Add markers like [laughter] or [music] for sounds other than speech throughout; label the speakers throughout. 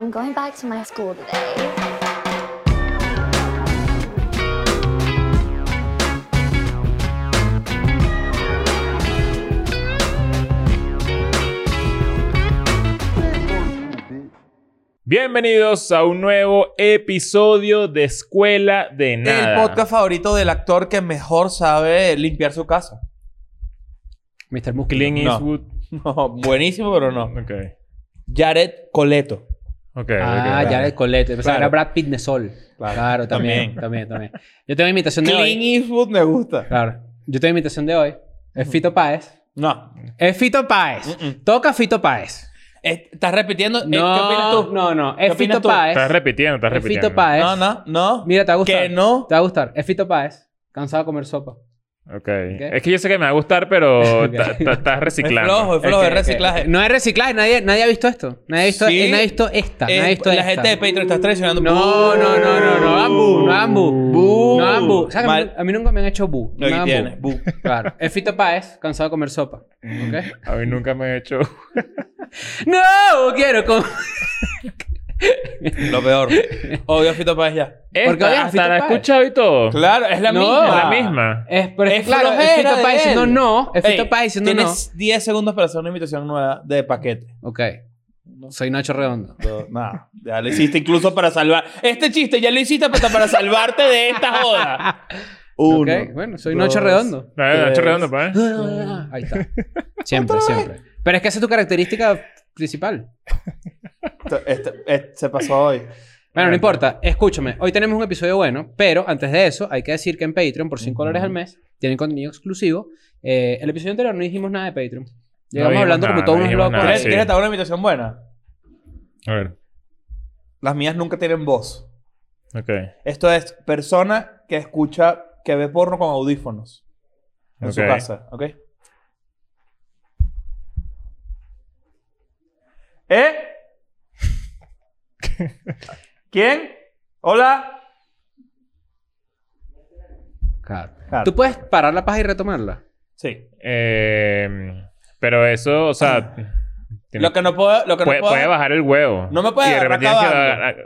Speaker 1: I'm going back to my school today.
Speaker 2: Bienvenidos a un nuevo episodio de Escuela de Nada.
Speaker 3: El podcast favorito del actor que mejor sabe limpiar su casa.
Speaker 2: Mr. Muscle. Clint
Speaker 3: No.
Speaker 2: Eastwood.
Speaker 3: [laughs] No, buenísimo, pero no.
Speaker 2: Ok.
Speaker 3: Jared Coleto.
Speaker 2: Ok.
Speaker 4: Ah,
Speaker 2: ok.
Speaker 4: ya el colete. Pensaba que
Speaker 3: Claro.
Speaker 4: era Brad Pitt de Sol.
Speaker 3: Claro.
Speaker 4: Claro, también, también, también. Yo tengo imitación de
Speaker 3: Clint
Speaker 4: hoy.
Speaker 3: Eastwood me gusta.
Speaker 4: Claro. Yo tengo imitación de hoy. Es Fito Páez.
Speaker 3: No.
Speaker 4: Es Fito Páez.
Speaker 3: Mm-mm.
Speaker 4: Toca Fito Páez.
Speaker 3: Eh, ¿Estás repitiendo? Mm, Eh,
Speaker 4: No,
Speaker 3: ¿Qué opinas tú?
Speaker 4: no, no.
Speaker 3: ¿Qué
Speaker 4: Es
Speaker 3: opinas
Speaker 4: Fito
Speaker 3: tú?
Speaker 4: Páez.
Speaker 2: Estás repitiendo, estás
Speaker 4: Es
Speaker 2: repitiendo.
Speaker 4: Fito Páez.
Speaker 3: No, no, no.
Speaker 4: Mira, te va a gustar.
Speaker 3: Que no.
Speaker 4: Te va a gustar. Es Fito Páez. Cansado de comer sopa.
Speaker 2: ok. Es que yo sé que me va a gustar, pero
Speaker 3: [laughs]
Speaker 4: Ok.
Speaker 2: ta- ta- estás reciclando.
Speaker 3: Es flojo, es flojo,
Speaker 4: Ok,
Speaker 3: es
Speaker 4: ok,
Speaker 3: reciclaje.
Speaker 4: ok. No es reciclaje. Nadie, nadie ha visto esto. Nadie ha visto,
Speaker 3: Sí.
Speaker 4: eh, nadie ha visto esta.
Speaker 3: Eh,
Speaker 4: nadie ha visto
Speaker 3: la
Speaker 4: esta.
Speaker 3: gente de Patreon está traicionando.
Speaker 4: No, no, no, no, no hagan bu, no hagan bu.
Speaker 3: Bu.
Speaker 4: No hagan bu. O sea, que a mí-
Speaker 3: Mal.
Speaker 4: a mí nunca me han hecho bu.
Speaker 3: Lo
Speaker 4: no
Speaker 3: que
Speaker 4: hagan
Speaker 3: tiene,
Speaker 4: bu. Claro. Es Fito Páez, cansado de comer sopa.
Speaker 3: Mm.
Speaker 4: ¿Ok?
Speaker 2: A mí nunca me he
Speaker 3: [laughs]
Speaker 2: hecho.
Speaker 4: ¡No! Quiero comer.
Speaker 3: Lo
Speaker 4: [laughs]
Speaker 3: peor. Odio a Fito Páez ya.
Speaker 4: Porque
Speaker 2: Esta,
Speaker 4: odias a
Speaker 2: hasta
Speaker 4: Fito
Speaker 2: la he
Speaker 4: Páez.
Speaker 2: escuchado y todo.
Speaker 3: Claro, es la
Speaker 4: Eh, No.
Speaker 2: Es
Speaker 3: misma.
Speaker 2: la misma.
Speaker 4: Es, pero es,
Speaker 3: Es
Speaker 4: claro, es
Speaker 3: flojera
Speaker 4: Fito
Speaker 3: de
Speaker 4: Páez
Speaker 3: él.
Speaker 4: diciendo no. Es Fito
Speaker 3: Ey,
Speaker 4: Páez diciendo no.
Speaker 3: Tienes 10 segundos para hacer una invitación nueva de paquete.
Speaker 4: Ok. Soy Nacho Redondo.
Speaker 3: No, Nada, ya lo hiciste incluso para salvar. Este chiste ya lo hiciste hasta para salvarte de esta joda. Uno.
Speaker 4: Ok, bueno, soy Nacho
Speaker 3: dos,
Speaker 4: Redondo.
Speaker 2: No, no,
Speaker 3: tres.
Speaker 2: estoy redondo, pues. pa.
Speaker 4: Ahí
Speaker 3: [laughs]
Speaker 4: está. Siempre, siempre. Pero es que esa es tu característica principal.
Speaker 3: Esto- esto- esto Este, se pasó hoy.
Speaker 4: Bueno, no importa. Escúchame. Hoy tenemos un episodio bueno, pero antes de eso hay que decir que en Patreon, por 5 dólares al mes, tienen contenido exclusivo. Eh, el episodio anterior no dijimos nada de Patreon. Llegamos
Speaker 2: dijimos
Speaker 4: hablando
Speaker 2: nada,
Speaker 4: como todos
Speaker 2: no
Speaker 4: unos
Speaker 2: dijimos
Speaker 4: locos.
Speaker 2: nada,
Speaker 3: ¿Quieres
Speaker 2: sí.
Speaker 3: quieres hasta una invitación buena?
Speaker 2: A ver.
Speaker 3: Las mías nunca tienen voz.
Speaker 2: Ok.
Speaker 3: Esto es persona que escucha, que ve porno con audífonos en su
Speaker 2: Ok.
Speaker 3: casa, ¿ok?
Speaker 2: [laughs]
Speaker 3: ¿Eh? ¿Quién? Hola.
Speaker 4: Claro.
Speaker 3: Claro.
Speaker 4: Tú puedes parar la paja y retomarla.
Speaker 3: Sí.
Speaker 2: Eh, pero eso, o
Speaker 3: [laughs]
Speaker 2: sea. tiene-
Speaker 3: Lo que no puedo, lo que
Speaker 2: puede,
Speaker 3: no puedo.
Speaker 2: puede bajar el huevo.
Speaker 3: No me puede
Speaker 2: Y de
Speaker 3: agarrar
Speaker 2: repente tienes que
Speaker 3: acabando.
Speaker 2: agarrar-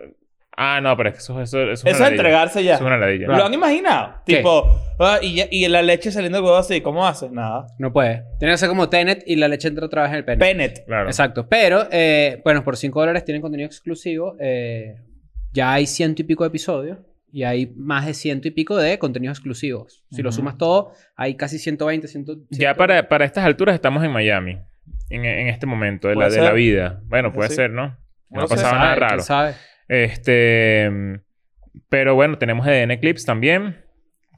Speaker 2: Ah, no, pero es que eso, eso, eso es una
Speaker 3: Eso es
Speaker 2: ladilla.
Speaker 3: entregarse ya.
Speaker 2: Eso es una ladilla.
Speaker 3: ¿Lo han imaginado?
Speaker 4: ¿Qué?
Speaker 3: Tipo, ah, y, ya- y la leche saliendo del huevo así, ¿cómo haces? Nada.
Speaker 4: No puedes. Tienes que hacer como Tenet y la leche entra otra vez en el pene.
Speaker 3: Penet.
Speaker 2: Claro.
Speaker 4: Exacto. Pero, eh, bueno, por 5 dólares tienen contenido exclusivo. eh, ya hay ciento y pico de episodios. Y hay más de ciento y pico de contenidos exclusivos. Si lo
Speaker 3: Ujú.
Speaker 4: sumas todo, hay casi 120, 100,
Speaker 2: Ya para, para estas alturas estamos en Miami. En, en este momento de la,
Speaker 3: Puede
Speaker 2: de la
Speaker 3: ser.
Speaker 2: vida. Bueno, puede
Speaker 3: Sí.
Speaker 2: ser, ¿no?
Speaker 3: Bueno,
Speaker 2: no
Speaker 3: quién
Speaker 2: pasaba
Speaker 3: sabe,
Speaker 2: nada raro.
Speaker 4: ¿Sabes?
Speaker 2: Este. mm, Pero bueno, tenemos EDN Clips también.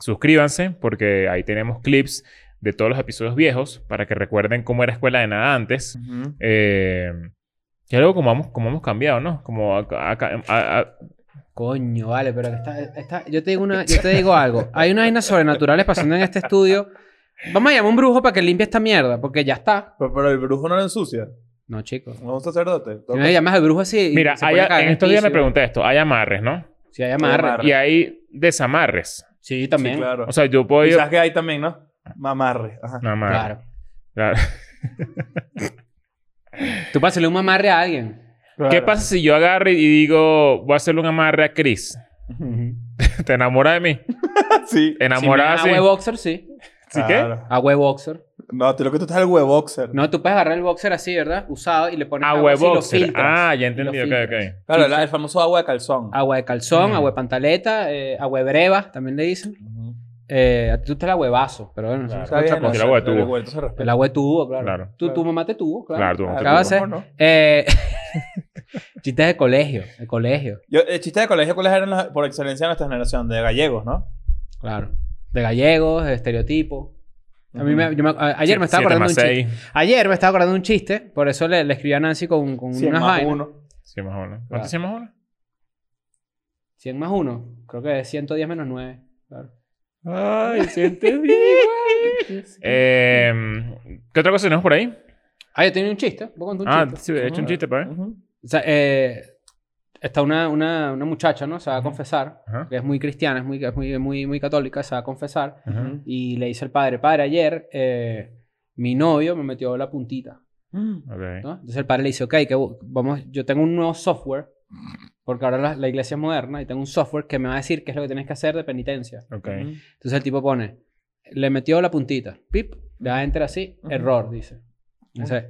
Speaker 2: Suscríbanse porque ahí tenemos clips de todos los episodios viejos para que recuerden cómo era Escuela de Nada antes. Eh, y algo como hemos, como hemos cambiado, ¿no? Como acá- acá- em, a- a-
Speaker 4: Coño, vale, pero que está, está- yo, te digo una, yo te digo algo. Hay unas vainas sobrenaturales pasando en este estudio. Vamos a llamar a un brujo para que limpie esta mierda, porque ya está.
Speaker 3: Pero, pero el brujo no lo ensucia.
Speaker 4: No, chico.
Speaker 3: No es un sacerdote.
Speaker 4: Si no le llamas al brujo así. y
Speaker 2: Mira,
Speaker 4: se
Speaker 2: hay-
Speaker 4: pone a cagar
Speaker 2: en estos días me
Speaker 4: piso.
Speaker 2: pregunté esto. Hay amarres, ¿no?
Speaker 4: Si hay amarre.
Speaker 3: Hay amarre.
Speaker 2: Y hay desamarres.
Speaker 4: Sí, también.
Speaker 3: Sí,
Speaker 4: claro.
Speaker 3: claro.
Speaker 2: O sea, yo puedo ir...
Speaker 3: Quizás que hay también, ¿no? Mamarre. Ajá.
Speaker 2: Un amarre. Claro.
Speaker 4: Tú pásale un amarre a alguien.
Speaker 2: ¿Qué pasa si yo agarro y digo, voy a hacerle un amarre a Chris? [laughs] ¿Te enamora de mí?
Speaker 3: [laughs] sí.
Speaker 2: ¿Enamorada?
Speaker 4: si me
Speaker 2: sí?
Speaker 4: da a huevo boxer, sí.
Speaker 2: ¿Sí qué?
Speaker 3: Claro.
Speaker 4: A huevo boxer.
Speaker 3: No, tú lo que tú estás es el huevo boxer.
Speaker 4: No, tú puedes agarrar el boxer así, ¿verdad? Usado y le pones
Speaker 2: A
Speaker 4: agua así y
Speaker 2: huevo.
Speaker 4: lo filtras.
Speaker 2: Ah, ya
Speaker 4: Y lo
Speaker 2: entendí. Ok,
Speaker 4: filtras.
Speaker 2: ok.
Speaker 3: Claro,
Speaker 4: Sí.
Speaker 3: la- el famoso agua de calzón.
Speaker 4: Agua de calzón,
Speaker 2: Mm.
Speaker 4: agua de pantaleta, eh, agua de breva, también le dicen.
Speaker 3: Ujú.
Speaker 4: Eh, a ti tú te la huevazo, pero bueno, eso
Speaker 3: Está
Speaker 4: es otra
Speaker 3: bien,
Speaker 4: cosa.
Speaker 2: el agua de tubo.
Speaker 3: El huevito se respeta.
Speaker 4: El agua de tubo, claro.
Speaker 2: Claro.
Speaker 4: Tú,
Speaker 3: Claro.
Speaker 4: Tu mamá te tuvo, claro.
Speaker 2: Claro, tú.
Speaker 3: Claro,
Speaker 2: tú-
Speaker 4: Acaba de ser.
Speaker 3: ¿cómo no?
Speaker 4: Eh, [laughs] chistes de colegio, de colegio,
Speaker 3: Yo, el chiste de colegio, ¿cuáles eran las- por excelencia de nuestra generación? De gallegos, ¿no?
Speaker 4: claro. De gallegos, de estereotipo. A mí me, yo me- a- ayer me estaba
Speaker 2: siete
Speaker 4: acordando de un
Speaker 2: más
Speaker 4: chiste.
Speaker 2: seis.
Speaker 4: Ayer me estaba acordando de un chiste, por eso le, le escribí a Nancy con, con
Speaker 3: Cien
Speaker 4: unas
Speaker 3: más
Speaker 4: vainas.
Speaker 3: uno.
Speaker 2: Sí, más uno.
Speaker 4: Claro.
Speaker 2: ¿Cuánto sí más uno?
Speaker 4: 100 más 1, creo que es 110 menos 9. Claro.
Speaker 2: [laughs] Ay, siente bien. Em, ¿Qué otra cosa tenemos por ahí?
Speaker 4: Ah, yo tenía un chiste. ¿Puedo contar un
Speaker 2: Ah,
Speaker 4: chiste?
Speaker 2: sí, he hecho un chiste para ver.
Speaker 3: Ujú.
Speaker 4: O sea, eh, está una, una, una muchacha, ¿no? Se va a confesar,
Speaker 2: Ajá.
Speaker 4: que es muy cristiana, es muy, es muy, muy, muy católica, se va a confesar.
Speaker 2: Ajá.
Speaker 4: Y le dice al padre, padre, ayer eh, mi novio me metió la puntita.
Speaker 3: Mm.
Speaker 2: Ok.
Speaker 4: ¿no? Entonces el padre le dice, ok, que bu- vamos, yo tengo un nuevo software Porque ahora la, la iglesia es moderna y tengo un software que me va a decir qué es lo que tienes que hacer de penitencia.
Speaker 2: Ok.
Speaker 4: Entonces el tipo pone, le metió la puntita, pip, le da enter así,
Speaker 3: Ujú.
Speaker 4: error, dice. Entonces,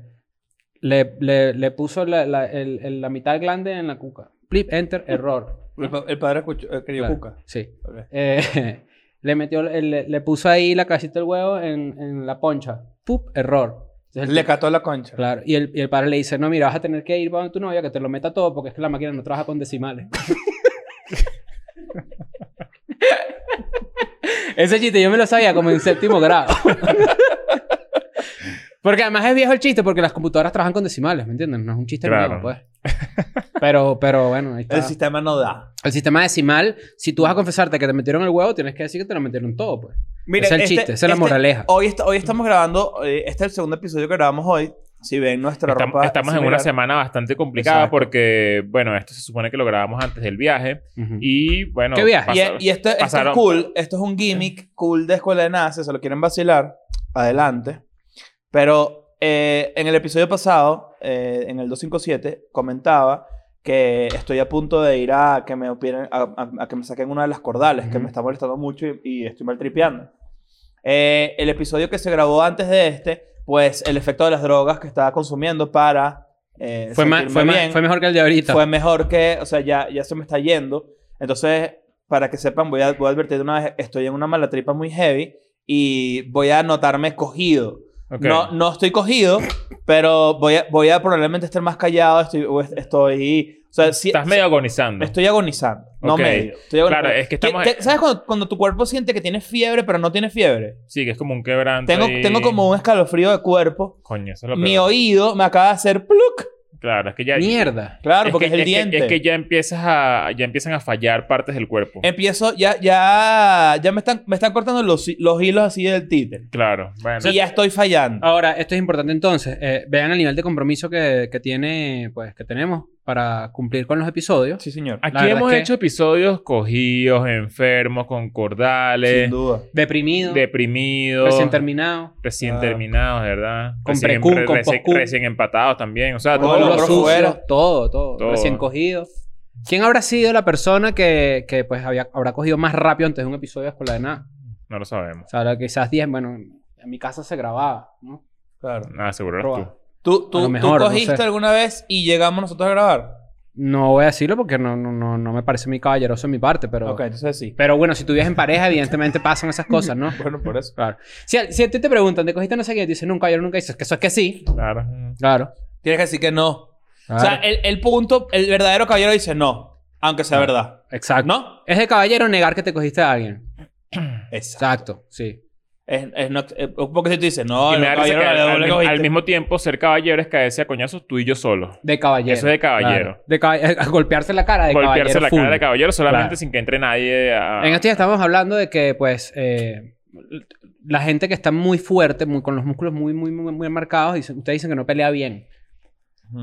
Speaker 4: le, le, le puso la, la, el- el- la mitad del glande en la cuca, pip, enter, error.
Speaker 3: El, pa- el padre escuchó, eh, quería
Speaker 4: Claro,
Speaker 3: cuca.
Speaker 4: Sí.
Speaker 3: Ok.
Speaker 4: Eh, [laughs] le metió, le, le puso ahí la cabecita del huevo en, en la poncha, pup, error. Entonces, el
Speaker 3: Le
Speaker 4: tipo-
Speaker 3: cató la concha.
Speaker 4: Claro, y el, y el padre le dice, no, mira, vas a tener que ir para tu novia que te lo meta todo porque es que la máquina no trabaja con decimales. [laughs] Ese chiste yo me lo sabía como en séptimo grado. [laughs] porque además es viejo el chiste porque las computadoras trabajan con decimales, ¿me entiendes? No es un chiste
Speaker 2: Claro.
Speaker 4: nuevo, pues. Pero, pero bueno, ahí está.
Speaker 3: El sistema no da.
Speaker 4: El sistema decimal, si tú vas a confesarte que te metieron el huevo, tienes que decir que te lo metieron todo, pues.
Speaker 3: Mira,
Speaker 4: es el chiste, esa es la moraleja.
Speaker 3: este, Hoy, est- hoy estamos grabando, eh, este es el segundo episodio que grabamos hoy. Si ven nuestra
Speaker 2: Estam-
Speaker 3: ropa.
Speaker 2: estamos en
Speaker 3: similar.
Speaker 2: una semana bastante complicada
Speaker 4: Exacto.
Speaker 2: porque, bueno, esto se supone que lo grabamos antes del viaje. Y, bueno...
Speaker 4: ¿Qué viaje?
Speaker 3: Y,
Speaker 2: pasa-
Speaker 3: y esto, esto
Speaker 2: pasaron-
Speaker 3: es cool, esto es un gimmick cool de Escuela de Nada, si se lo quieren vacilar, adelante. Pero eh, en el episodio pasado, eh, en el 257, comentaba que estoy a punto de ir a que me opinen- a, a- a que me saquen una de las cordales, que
Speaker 4: Ujú.
Speaker 3: me está molestando mucho y, y estoy maltripeando. Eh, el episodio que se grabó antes de este, pues el efecto de las drogas que estaba consumiendo para... eh,
Speaker 4: Fue, ma-
Speaker 3: sentirme
Speaker 4: fue, ma-
Speaker 3: bien
Speaker 4: fue mejor que el de ahorita.
Speaker 3: fue mejor que, o sea, ya, ya se me está yendo. Entonces, para que sepan, voy a, voy a advertir de una vez, estoy en una mala tripa muy heavy y voy a notarme cogido.
Speaker 2: Ok.
Speaker 3: No, no estoy cogido, pero voy a, voy a probablemente estar más callado, estoy, o est- estoy, o sea, sí-
Speaker 2: Estás medio agonizando.
Speaker 3: estoy agonizando, no
Speaker 2: Ok.
Speaker 3: medio. Estoy agonizando.
Speaker 2: Claro, es que estamos-
Speaker 3: Te- ¿Sabes cuando, cuando tu cuerpo siente que tienes fiebre, pero no tiene fiebre?
Speaker 2: Sí, que es como un quebranto
Speaker 3: Tengo,
Speaker 2: ahí.
Speaker 3: tengo como un escalofrío de cuerpo.
Speaker 2: Coño, eso es lo
Speaker 3: Mi
Speaker 2: peor.
Speaker 3: oído me acaba de hacer pluk.
Speaker 2: Claro, es que ya...
Speaker 4: Mierda.
Speaker 3: Claro,
Speaker 2: es
Speaker 3: porque
Speaker 2: que-
Speaker 3: es el
Speaker 2: es que-
Speaker 3: diente. Em
Speaker 2: es que ya empiezas a... Ya empiezan a fallar partes del cuerpo.
Speaker 3: Empiezo, ya, ya, ya me están, me están cortando los, hi- los hilos así del títer.
Speaker 2: Claro. Bueno.
Speaker 3: Y ya estoy
Speaker 2: Ah.
Speaker 3: fallando.
Speaker 4: Ahora, esto es importante entonces. Eh, vean el nivel de compromiso que, que tiene, pues, que tenemos para cumplir con los episodios.
Speaker 3: Sí, señor.
Speaker 4: la
Speaker 2: Aquí
Speaker 4: verdad
Speaker 2: hemos
Speaker 4: es que-
Speaker 2: hecho episodios cogidos, enfermos, con
Speaker 3: Sin
Speaker 2: cordales,
Speaker 3: duda.
Speaker 4: Deprimido,
Speaker 2: deprimidos,
Speaker 4: recién terminado.
Speaker 2: recién
Speaker 3: Ah.
Speaker 2: terminados, de ¿verdad?
Speaker 4: Con
Speaker 2: recién,
Speaker 4: precum,
Speaker 2: re-
Speaker 4: con
Speaker 2: recién-
Speaker 4: postcum.
Speaker 2: recién empatados también. O sea,
Speaker 3: Con
Speaker 2: todo
Speaker 4: Todos
Speaker 3: el
Speaker 2: lo-
Speaker 4: los
Speaker 3: otro
Speaker 4: sucios,
Speaker 3: fuera.
Speaker 4: todo, todo,
Speaker 2: Todo.
Speaker 4: Recién cogido. ¿Quién habrá sido la persona que, que, pues, había- habrá cogido más rápido antes de un episodio de Escuela de Nada?
Speaker 2: No lo sabemos.
Speaker 4: O sea, ahora quizás 10, bueno, en mi casa se grababa, ¿no?
Speaker 3: Claro.
Speaker 2: Nada, seguro eres
Speaker 4: Probable.
Speaker 2: Ah, tú.
Speaker 3: ¿Tú,
Speaker 4: A
Speaker 3: tú,
Speaker 4: lo
Speaker 3: tú
Speaker 4: mejor, no
Speaker 3: cogiste
Speaker 4: sé.
Speaker 3: alguna vez y llegamos nosotros a grabar?
Speaker 4: No voy a decirlo porque no, no, no, no me parece muy caballeroso en mi parte, pero...
Speaker 3: Ok, entonces sí.
Speaker 4: Pero bueno, si tú vives en pareja, evidentemente pasan esas cosas,
Speaker 2: [laughs]
Speaker 4: ¿no?
Speaker 3: Bueno, por eso.
Speaker 4: Claro. Si, a- si a ti te preguntan, ¿te cogiste no sé qué? Y tú dices, nunca, yo nunca hice. Es que eso es que sí.
Speaker 2: Claro.
Speaker 4: Claro.
Speaker 3: Tienes que decir que no.
Speaker 2: Ah.
Speaker 3: O sea,
Speaker 4: Claro.
Speaker 3: el, el punto, el verdadero caballero dice no, aunque
Speaker 2: Ah.
Speaker 3: sea verdad.
Speaker 4: Exacto.
Speaker 3: ¿No?
Speaker 4: Es de caballero negar que te cogiste a alguien.
Speaker 3: Exacto.
Speaker 4: Exacto, sí.
Speaker 3: Es, es no, eh, porque si tú dices no,
Speaker 2: y
Speaker 3: el
Speaker 2: me da risa
Speaker 3: caballero
Speaker 2: que al,
Speaker 3: no le
Speaker 2: al-
Speaker 3: cogiste.
Speaker 2: al mismo tiempo, ser caballero es caerse a coñazos tú y yo solos.
Speaker 4: De caballero.
Speaker 2: Eso es de caballero.
Speaker 4: Claro. De caba- eh, [laughs] golpearse la cara de
Speaker 2: Golpearse
Speaker 4: caballero.
Speaker 2: la
Speaker 4: full.
Speaker 2: cara de ah. caballero solamente
Speaker 4: Claro.
Speaker 2: sin que entre nadie a...
Speaker 4: En
Speaker 3: este
Speaker 4: estos días estamos hablando de que, pues, eh, la gente que está muy fuerte, muy, con los músculos muy, muy, muy, muy marcados, dicen, ustedes dicen que no pelea bien.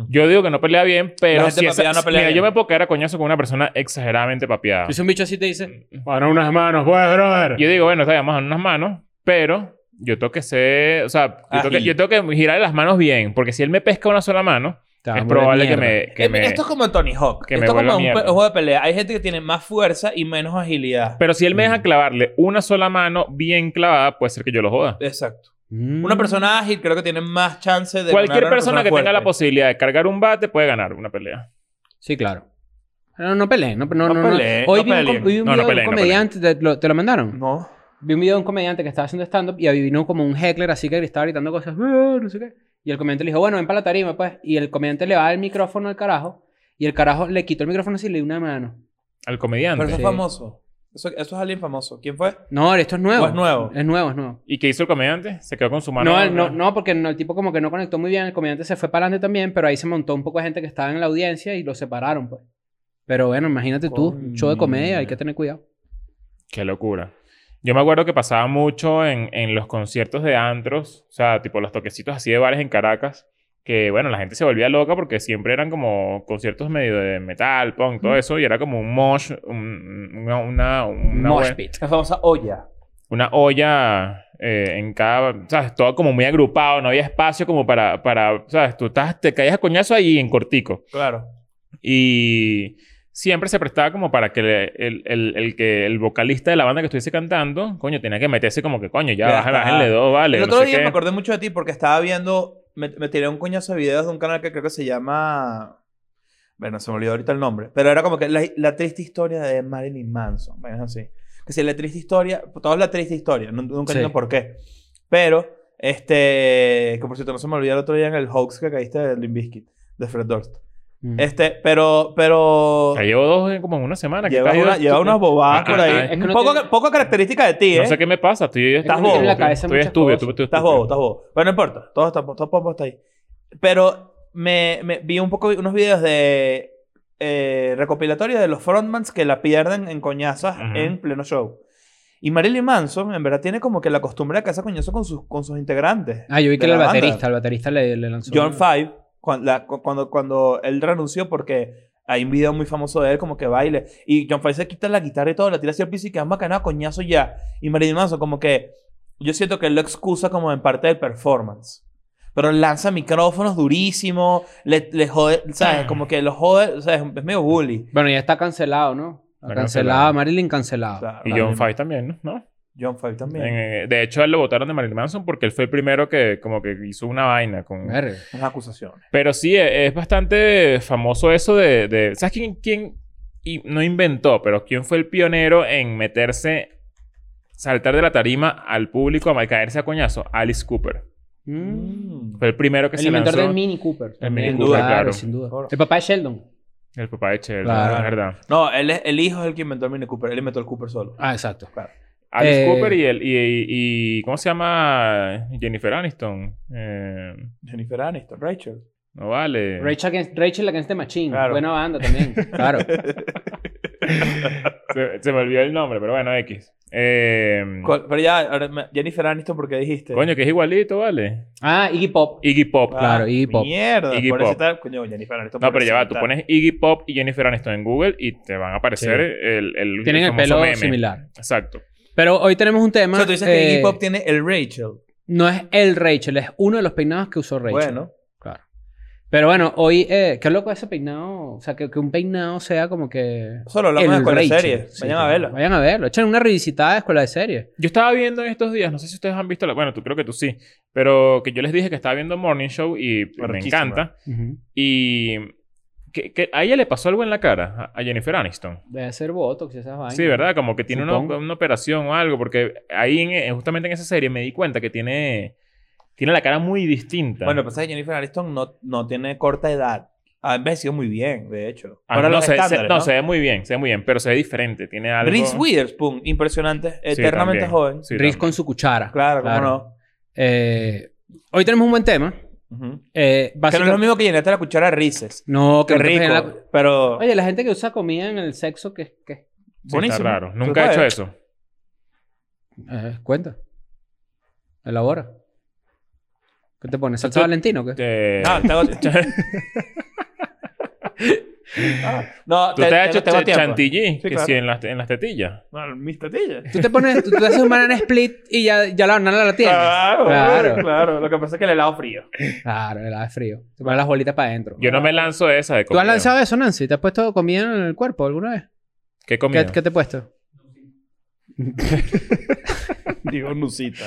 Speaker 2: Yo digo que no pelea bien,
Speaker 3: La
Speaker 2: pero
Speaker 3: gente
Speaker 2: si esa-
Speaker 3: papeada no pelea
Speaker 2: mira,
Speaker 3: bien.
Speaker 2: yo me puedo caer a coñazo con una persona exageradamente papeada.
Speaker 4: Si es un bicho así te dice,
Speaker 2: Para unas manos, pues, brother. Yo digo, bueno, está bien, vamos a unas manos, pero yo tengo que ser, o sea, yo tengo que,
Speaker 3: Ágil.
Speaker 2: yo tengo que girar las manos bien, porque si él me pesca una sola mano,
Speaker 4: "Te vas
Speaker 2: es
Speaker 4: a morir de
Speaker 2: probable que
Speaker 4: mierda".
Speaker 2: me, que
Speaker 3: Eh,
Speaker 2: me-
Speaker 3: Esto es como Tony Hawk.
Speaker 2: que me
Speaker 3: Esto es
Speaker 2: vuelva
Speaker 3: como un pe-
Speaker 2: mierda.
Speaker 3: juego de pelea. Hay gente que tiene más fuerza y menos agilidad.
Speaker 2: Pero si él me
Speaker 3: Mm.
Speaker 2: deja clavarle una sola mano bien clavada, puede ser que yo lo joda.
Speaker 3: Exacto.
Speaker 4: Mm.
Speaker 3: Una persona ágil creo que tiene más chance de... ganar a
Speaker 2: Cualquier persona,
Speaker 3: una
Speaker 2: que tenga la
Speaker 3: fuerte.
Speaker 2: posibilidad de cargar un bate puede ganar una pelea.
Speaker 4: Sí, claro. No, no peleen, no, no, no,
Speaker 3: No
Speaker 4: no.
Speaker 3: peleen,
Speaker 4: Hoy
Speaker 3: no
Speaker 4: vi un, com-
Speaker 3: peleen.
Speaker 4: vi un
Speaker 2: No, no
Speaker 4: video de
Speaker 2: peleen,
Speaker 4: un
Speaker 2: no
Speaker 4: comediante, te, lo, te lo mandaron.
Speaker 3: No.
Speaker 4: Vi un video de un comediante que estaba haciendo stand-up y vino como un heckler así que estaba gritando cosas, "Ah", no sé qué. Y el comediante le dijo, bueno, ven para la tarima, pues. Y el comediante le va el micrófono al carajo y el carajo le quitó el micrófono así y le dio una mano.
Speaker 2: Al
Speaker 3: Pero
Speaker 2: comediante.
Speaker 3: eso es
Speaker 4: Sí.
Speaker 3: famoso. Eso, eso es alguien famoso. ¿Quién fue?
Speaker 4: No, esto es nuevo.
Speaker 3: ¿O es Pues nuevo?
Speaker 2: Eh,
Speaker 4: Es nuevo, es nuevo.
Speaker 2: ¿Y qué hizo el comediante? Se quedó con su mano.
Speaker 4: No, el- no, no, porque no, el tipo como que no conectó muy bien, el comediante se fue para adelante también, pero ahí se montó un poco de gente que estaba en la audiencia y lo separaron, pues. Pero bueno, imagínate tú, un show de comedia, hay que tener cuidado.
Speaker 2: Qué locura. Yo me acuerdo que pasaba mucho en, en los conciertos de antros, o sea, tipo los toquecitos así de bares en Caracas, que bueno, la gente se volvía loca porque siempre eran como conciertos medio de metal, punk, todo eso, y era como un mosh, un- una, una, una,
Speaker 4: Mosh
Speaker 2: hue-
Speaker 4: pit.
Speaker 3: La famosa olla.
Speaker 2: una olla eh, en cada, ¿sabes? Todo como muy agrupado, no había espacio como para, para ¿sabes? Tú estás, te caías a coñazo ahí en cortico.
Speaker 3: Claro.
Speaker 2: Y siempre se prestaba como para que le- el, el- el que el vocalista de la banda que estuviese cantando, coño, tenía que meterse como que, coño, ya,
Speaker 3: Ya
Speaker 2: baja-
Speaker 3: está.
Speaker 2: bájenle dos, vale.
Speaker 3: el
Speaker 2: no
Speaker 3: otro
Speaker 2: sé
Speaker 3: día
Speaker 2: qué.
Speaker 3: me acordé mucho de ti porque estaba viendo. Me, me tiré un coñazo de videos de un canal que creo que se llama. Bueno, se me olvidó ahorita el nombre. Pero era como que la, la triste historia de Marilyn Manson. Bueno, así. Que si la triste historia. Todo es la triste historia. nu- Nunca
Speaker 4: Sí.
Speaker 3: entiendo por qué. Pero, este. Que por cierto, no se me olvidó el otro día en el hoax que caíste de Limbiskit. De Fred Durst.
Speaker 4: Mm.
Speaker 3: Este, pero. pero
Speaker 2: Ya llevo dos en como en una semana. ¿qué
Speaker 3: lleva
Speaker 2: tal?
Speaker 3: una- lleva unas bobadas
Speaker 2: Ah,
Speaker 3: por
Speaker 2: ah,
Speaker 3: ahí.
Speaker 2: ah, es
Speaker 4: que no
Speaker 3: poco,
Speaker 4: tiene-
Speaker 3: poco característica de ti, ¿eh?
Speaker 2: No sé qué me pasa. Estoy,
Speaker 4: Es que
Speaker 2: estás
Speaker 3: uno tiene en la
Speaker 4: cabeza
Speaker 2: Estoy
Speaker 4: muchas
Speaker 2: estúpido.
Speaker 4: cosas.
Speaker 2: estoy
Speaker 3: Estás
Speaker 2: estúpido.
Speaker 3: bobo, estás bobo. Bueno, no importa. Todos estamos, todos podemos estar ahí. Pero me, me- vi un poco unos videos de eh, recopilatorios de los frontmans que la pierden en coñazas
Speaker 2: Ujú.
Speaker 3: en pleno show. Y Marilyn Manson, en verdad, tiene como que la costumbre de cazar coñazos con sus, con sus integrantes.
Speaker 4: Ah, yo vi que
Speaker 3: de
Speaker 4: era el
Speaker 3: la banda.
Speaker 4: baterista, el baterista le, le lanzó. una-
Speaker 3: John Five, cuando, la- cu- cuando, cuando él renunció porque hay un video muy famoso de él como que baile. Y John Five se quita la guitarra y todo, la tira hacia el piso y queda macanado, coñazo ya. Y Marilyn Manson como que... Yo siento que él lo excusa como en parte del performance. Pero lanza micrófonos durísimo, le, le jode, ¿sabes? Como que lo jode, ¿sabes? Es medio bully.
Speaker 4: Bueno, ya está cancelado, ¿no?
Speaker 2: Está
Speaker 4: Cancelado,
Speaker 2: cancelado.
Speaker 4: Marilyn cancelado.
Speaker 3: Claro,
Speaker 2: Y John
Speaker 3: también.
Speaker 2: Five también, ¿no? ¿no?
Speaker 3: John Five también.
Speaker 2: En- eh, de hecho, a él lo votaron de Marilyn Manson porque él fue el primero que como que hizo una vaina con...
Speaker 4: Verga.
Speaker 3: Unas acusaciones.
Speaker 2: Pero sí, e- es bastante famoso eso de... de- ¿Sabes quién, quién y no inventó, pero quién fue el pionero en meterse, saltar de la tarima al público a mal caerse a coñazo? Alice Cooper.
Speaker 4: Mm.
Speaker 3: Pues,
Speaker 2: Fue el primero que
Speaker 4: El
Speaker 2: se
Speaker 4: inventor
Speaker 2: lanzó.
Speaker 4: del Mini Cooper. también.
Speaker 2: Mini Cooper, claro.
Speaker 4: sin duda.
Speaker 3: Claro.
Speaker 4: El papá de Sheldon.
Speaker 2: El papá de Cher,
Speaker 4: Claro.
Speaker 2: es verdad.
Speaker 3: No, él es- el hijo es el que inventó el Mini Cooper. Él inventó el Cooper solo.
Speaker 4: Ah, exacto.
Speaker 2: Alice
Speaker 4: Eh,
Speaker 2: Cooper y, el, y, y- y- ¿Cómo se llama? Jennifer Aniston. Eh,
Speaker 3: Jennifer Aniston, Rachel.
Speaker 2: no vale.
Speaker 4: Rachel Against, Rachel Against the Machine.
Speaker 3: Claro.
Speaker 4: Buena banda
Speaker 3: [laughs]
Speaker 4: también. Claro.
Speaker 2: se, se me olvidó el nombre, pero bueno, X. Eh,
Speaker 3: ¿Cuál- Pero ya, ahora me- Jennifer Aniston, porque dijiste?
Speaker 2: Coño, que es igualito, ¿vale.
Speaker 4: Ah, Iggy Pop.
Speaker 2: Iggy Pop.
Speaker 3: Ah,
Speaker 4: Claro, Iggy Pop.
Speaker 3: Mierda,
Speaker 2: Iggy
Speaker 3: por eso
Speaker 2: Pop.
Speaker 3: está- coño, Jennifer Aniston.
Speaker 2: no, pero ya va, tú
Speaker 3: pobrecita.
Speaker 2: pones Iggy Pop y Jennifer Aniston en Google y te van a aparecer
Speaker 4: Sí.
Speaker 2: el, el.
Speaker 4: Tienen el
Speaker 2: famoso
Speaker 4: pelo
Speaker 2: meme.
Speaker 4: similar.
Speaker 2: Exacto.
Speaker 4: Pero hoy tenemos un
Speaker 3: O
Speaker 4: tema.
Speaker 3: sea, tú dices
Speaker 4: eh,
Speaker 3: que Iggy Pop tiene el Rachel.
Speaker 4: No es el Rachel, es uno de los peinados que usó Rachel.
Speaker 3: Bueno.
Speaker 4: Claro. Pero bueno, hoy, eh, qué loco ese peinado. O sea, que, que un peinado sea como que.
Speaker 3: Solo hablamos de escuela de
Speaker 4: Rachel.
Speaker 3: series.
Speaker 4: Sí,
Speaker 3: Vayan a
Speaker 4: claro.
Speaker 3: verla.
Speaker 4: Vayan a verlo. Echen una revisitada de escuela de series.
Speaker 2: Yo estaba viendo en estos días, no sé si ustedes han visto la. Bueno, tú creo que tú sí. Pero que yo les dije que estaba viendo Morning Show y me
Speaker 3: Arrechísima.
Speaker 2: encanta. Y. Que, que a ella le pasó algo en la cara, a- a Jennifer Aniston.
Speaker 4: Debe ser Botox y esas vainas.
Speaker 2: Sí, ¿verdad? Como que tiene una,
Speaker 4: Supongo.
Speaker 2: una operación o algo, porque ahí en- en- justamente en esa serie me di cuenta que tiene, tiene la cara muy distinta.
Speaker 3: Bueno, pues, pasa que Jennifer Aniston no, no tiene corta edad. Ha envejecido muy bien, de hecho.
Speaker 2: Ah,
Speaker 3: Ahora
Speaker 2: no,
Speaker 3: los
Speaker 2: se, se-
Speaker 3: estándares,
Speaker 2: no,
Speaker 3: ¿no?
Speaker 2: se ve muy bien, se ve muy bien, pero se ve diferente, tiene algo...
Speaker 3: Reese Witherspoon, impresionante.
Speaker 2: Sí,
Speaker 3: Eternamente
Speaker 2: también.
Speaker 3: joven.
Speaker 2: Sí,
Speaker 4: Riz
Speaker 2: también.
Speaker 4: con su cuchara.
Speaker 3: Claro, cómo
Speaker 4: Claro.
Speaker 3: no.
Speaker 4: Eh, hoy tenemos un buen tema.
Speaker 3: Ujú.
Speaker 4: Eh,
Speaker 3: Que no es
Speaker 4: básicamente...
Speaker 3: lo mismo que llenarte la cuchara de Reese's.
Speaker 4: No, que
Speaker 3: Qué
Speaker 4: no te
Speaker 3: rico.
Speaker 4: peguen la-
Speaker 3: Pero
Speaker 4: Oye, la gente que usa comida en el sexo, que qué?
Speaker 2: Sí,
Speaker 3: buenísimo.
Speaker 2: está raro.
Speaker 3: ¿Tú
Speaker 2: Nunca he hecho
Speaker 3: sabes?
Speaker 2: eso.
Speaker 4: Eh, cuenta. Elabora. ¿Qué te pones? ¿Salsa
Speaker 2: Esto-
Speaker 4: Valentino o qué?
Speaker 3: [laughs]
Speaker 2: Eh,
Speaker 3: No,
Speaker 2: [laughs]
Speaker 3: tengo... Ah, no,
Speaker 2: ¿Tú te, has hecho
Speaker 3: tengo
Speaker 2: ch-
Speaker 3: tiempo.
Speaker 2: chantilly?
Speaker 3: Sí,
Speaker 2: que
Speaker 3: claro.
Speaker 2: sí, en las, en las tetillas.
Speaker 3: No, mis tetillas.
Speaker 4: Tú te pones, tú, tú haces un banana split y ya, ya la banana la tienes.
Speaker 3: Claro,
Speaker 4: claro,
Speaker 3: claro, Lo que pasa es que el helado frío. [laughs]
Speaker 4: claro, el helado es frío. Te pones las bolitas para adentro.
Speaker 2: Yo no me lanzo de esa de
Speaker 4: ¿Tú
Speaker 2: comida.
Speaker 4: has lanzado eso, Nancy? ¿Te has puesto comida en el cuerpo alguna vez?
Speaker 2: ¿Qué
Speaker 4: ¿Qué,
Speaker 2: comida?
Speaker 4: qué te he puesto?
Speaker 3: Digo, Nusita.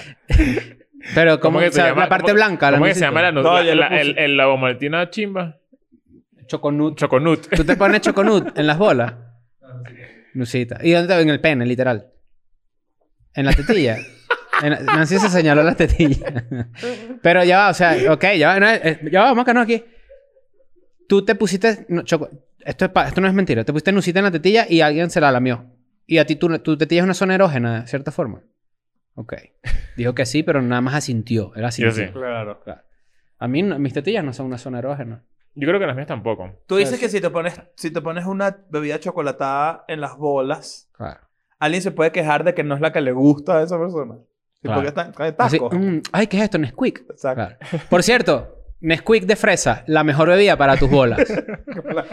Speaker 4: Pero como
Speaker 2: que
Speaker 4: o sea, la parte
Speaker 2: cómo-
Speaker 4: blanca. la
Speaker 2: ¿Cómo que
Speaker 4: nusita.
Speaker 2: se llama la,
Speaker 3: No,
Speaker 2: la-
Speaker 3: yo le
Speaker 2: la-
Speaker 3: puse-
Speaker 2: el, el lavamaltina chimba?
Speaker 4: Choconut.
Speaker 2: Choconut. [laughs]
Speaker 4: ¿Tú te pones choconut en las bolas? Lucita. ¿Y dónde te En el pene, literal. En la tetilla. En la- Nancy se señaló la tetilla. Pero ya va, o sea, ok, ya va, no, eh, ya va, vamos que no aquí. Tú te pusiste. no, choco- esto, es pa- esto no es mentira. Te pusiste nucita en la tetilla y alguien se la lamió. Y a ti tu, tu tetilla es una zona erógena, de cierta forma. Ok. Dijo que sí, pero nada más asintió. Él asintió.
Speaker 2: sí.
Speaker 3: Claro.
Speaker 4: A mí, no- mis tetillas no son una zona erógena.
Speaker 2: Yo creo que las mías tampoco.
Speaker 3: Tú dices que si te pones, si te pones una bebida chocolatada en las bolas,
Speaker 4: Claro.
Speaker 3: alguien se puede quejar de que no es la que le gusta a esa persona. Sí,
Speaker 4: Claro.
Speaker 3: Porque está, está de
Speaker 4: Así,
Speaker 3: taco.
Speaker 4: mm, ay, ¿qué es esto? Nesquik.
Speaker 3: Exacto.
Speaker 4: Claro. [laughs] Por cierto, Nesquik de fresa, la mejor bebida para tus bolas.
Speaker 2: [laughs]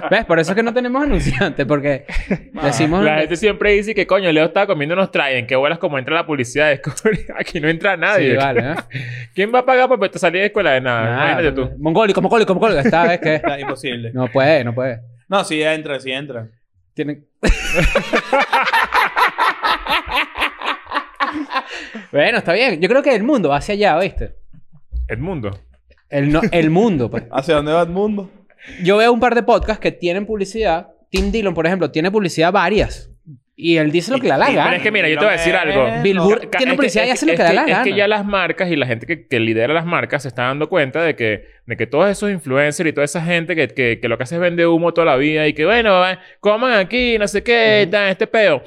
Speaker 4: ¿Ves? Por eso es que no tenemos anunciantes, porque decimos.
Speaker 2: Ah, La gente siempre dice que coño, Leo estaba comiendo unos traen, que vuelas como entra la publicidad de [laughs] Discovery. Aquí no entra nadie.
Speaker 4: Sí, vale, ¿eh?
Speaker 2: ¿Quién va a pagar por salir de escuela de nada?
Speaker 4: Nada,
Speaker 2: Imagínate tú.
Speaker 4: Mongólico, mongólico, mongólico. Esta vez que.
Speaker 3: Está imposible.
Speaker 4: No puede, no puede.
Speaker 3: No, sí entra, sí entra.
Speaker 4: Tienen. [laughs] bueno, está bien. Yo creo que el mundo va hacia allá, ¿oíste?
Speaker 2: Edmundo.
Speaker 4: El, no- el mundo, pues.
Speaker 3: ¿Hacia dónde va el mundo?
Speaker 4: Yo veo un par de podcasts que tienen publicidad. Tim Dillon, por ejemplo, tiene publicidad varias. Y él dice lo que le da la
Speaker 2: Y- y-
Speaker 4: gana.
Speaker 2: Pero es que mira, yo te voy a
Speaker 3: Eh,
Speaker 2: decir algo.
Speaker 4: Bill Burr tiene
Speaker 2: Ca- es que-
Speaker 4: publicidad y
Speaker 2: es
Speaker 4: hace lo que le da la
Speaker 2: es
Speaker 4: gana.
Speaker 2: que ya las marcas y la gente que, que lidera las marcas se está dando cuenta de que, de que todos esos influencers y toda esa gente que, que, que lo que hace es vender humo toda la vida y que, bueno, eh, coman aquí, no sé qué,
Speaker 4: Ujú.
Speaker 2: tan, este peo.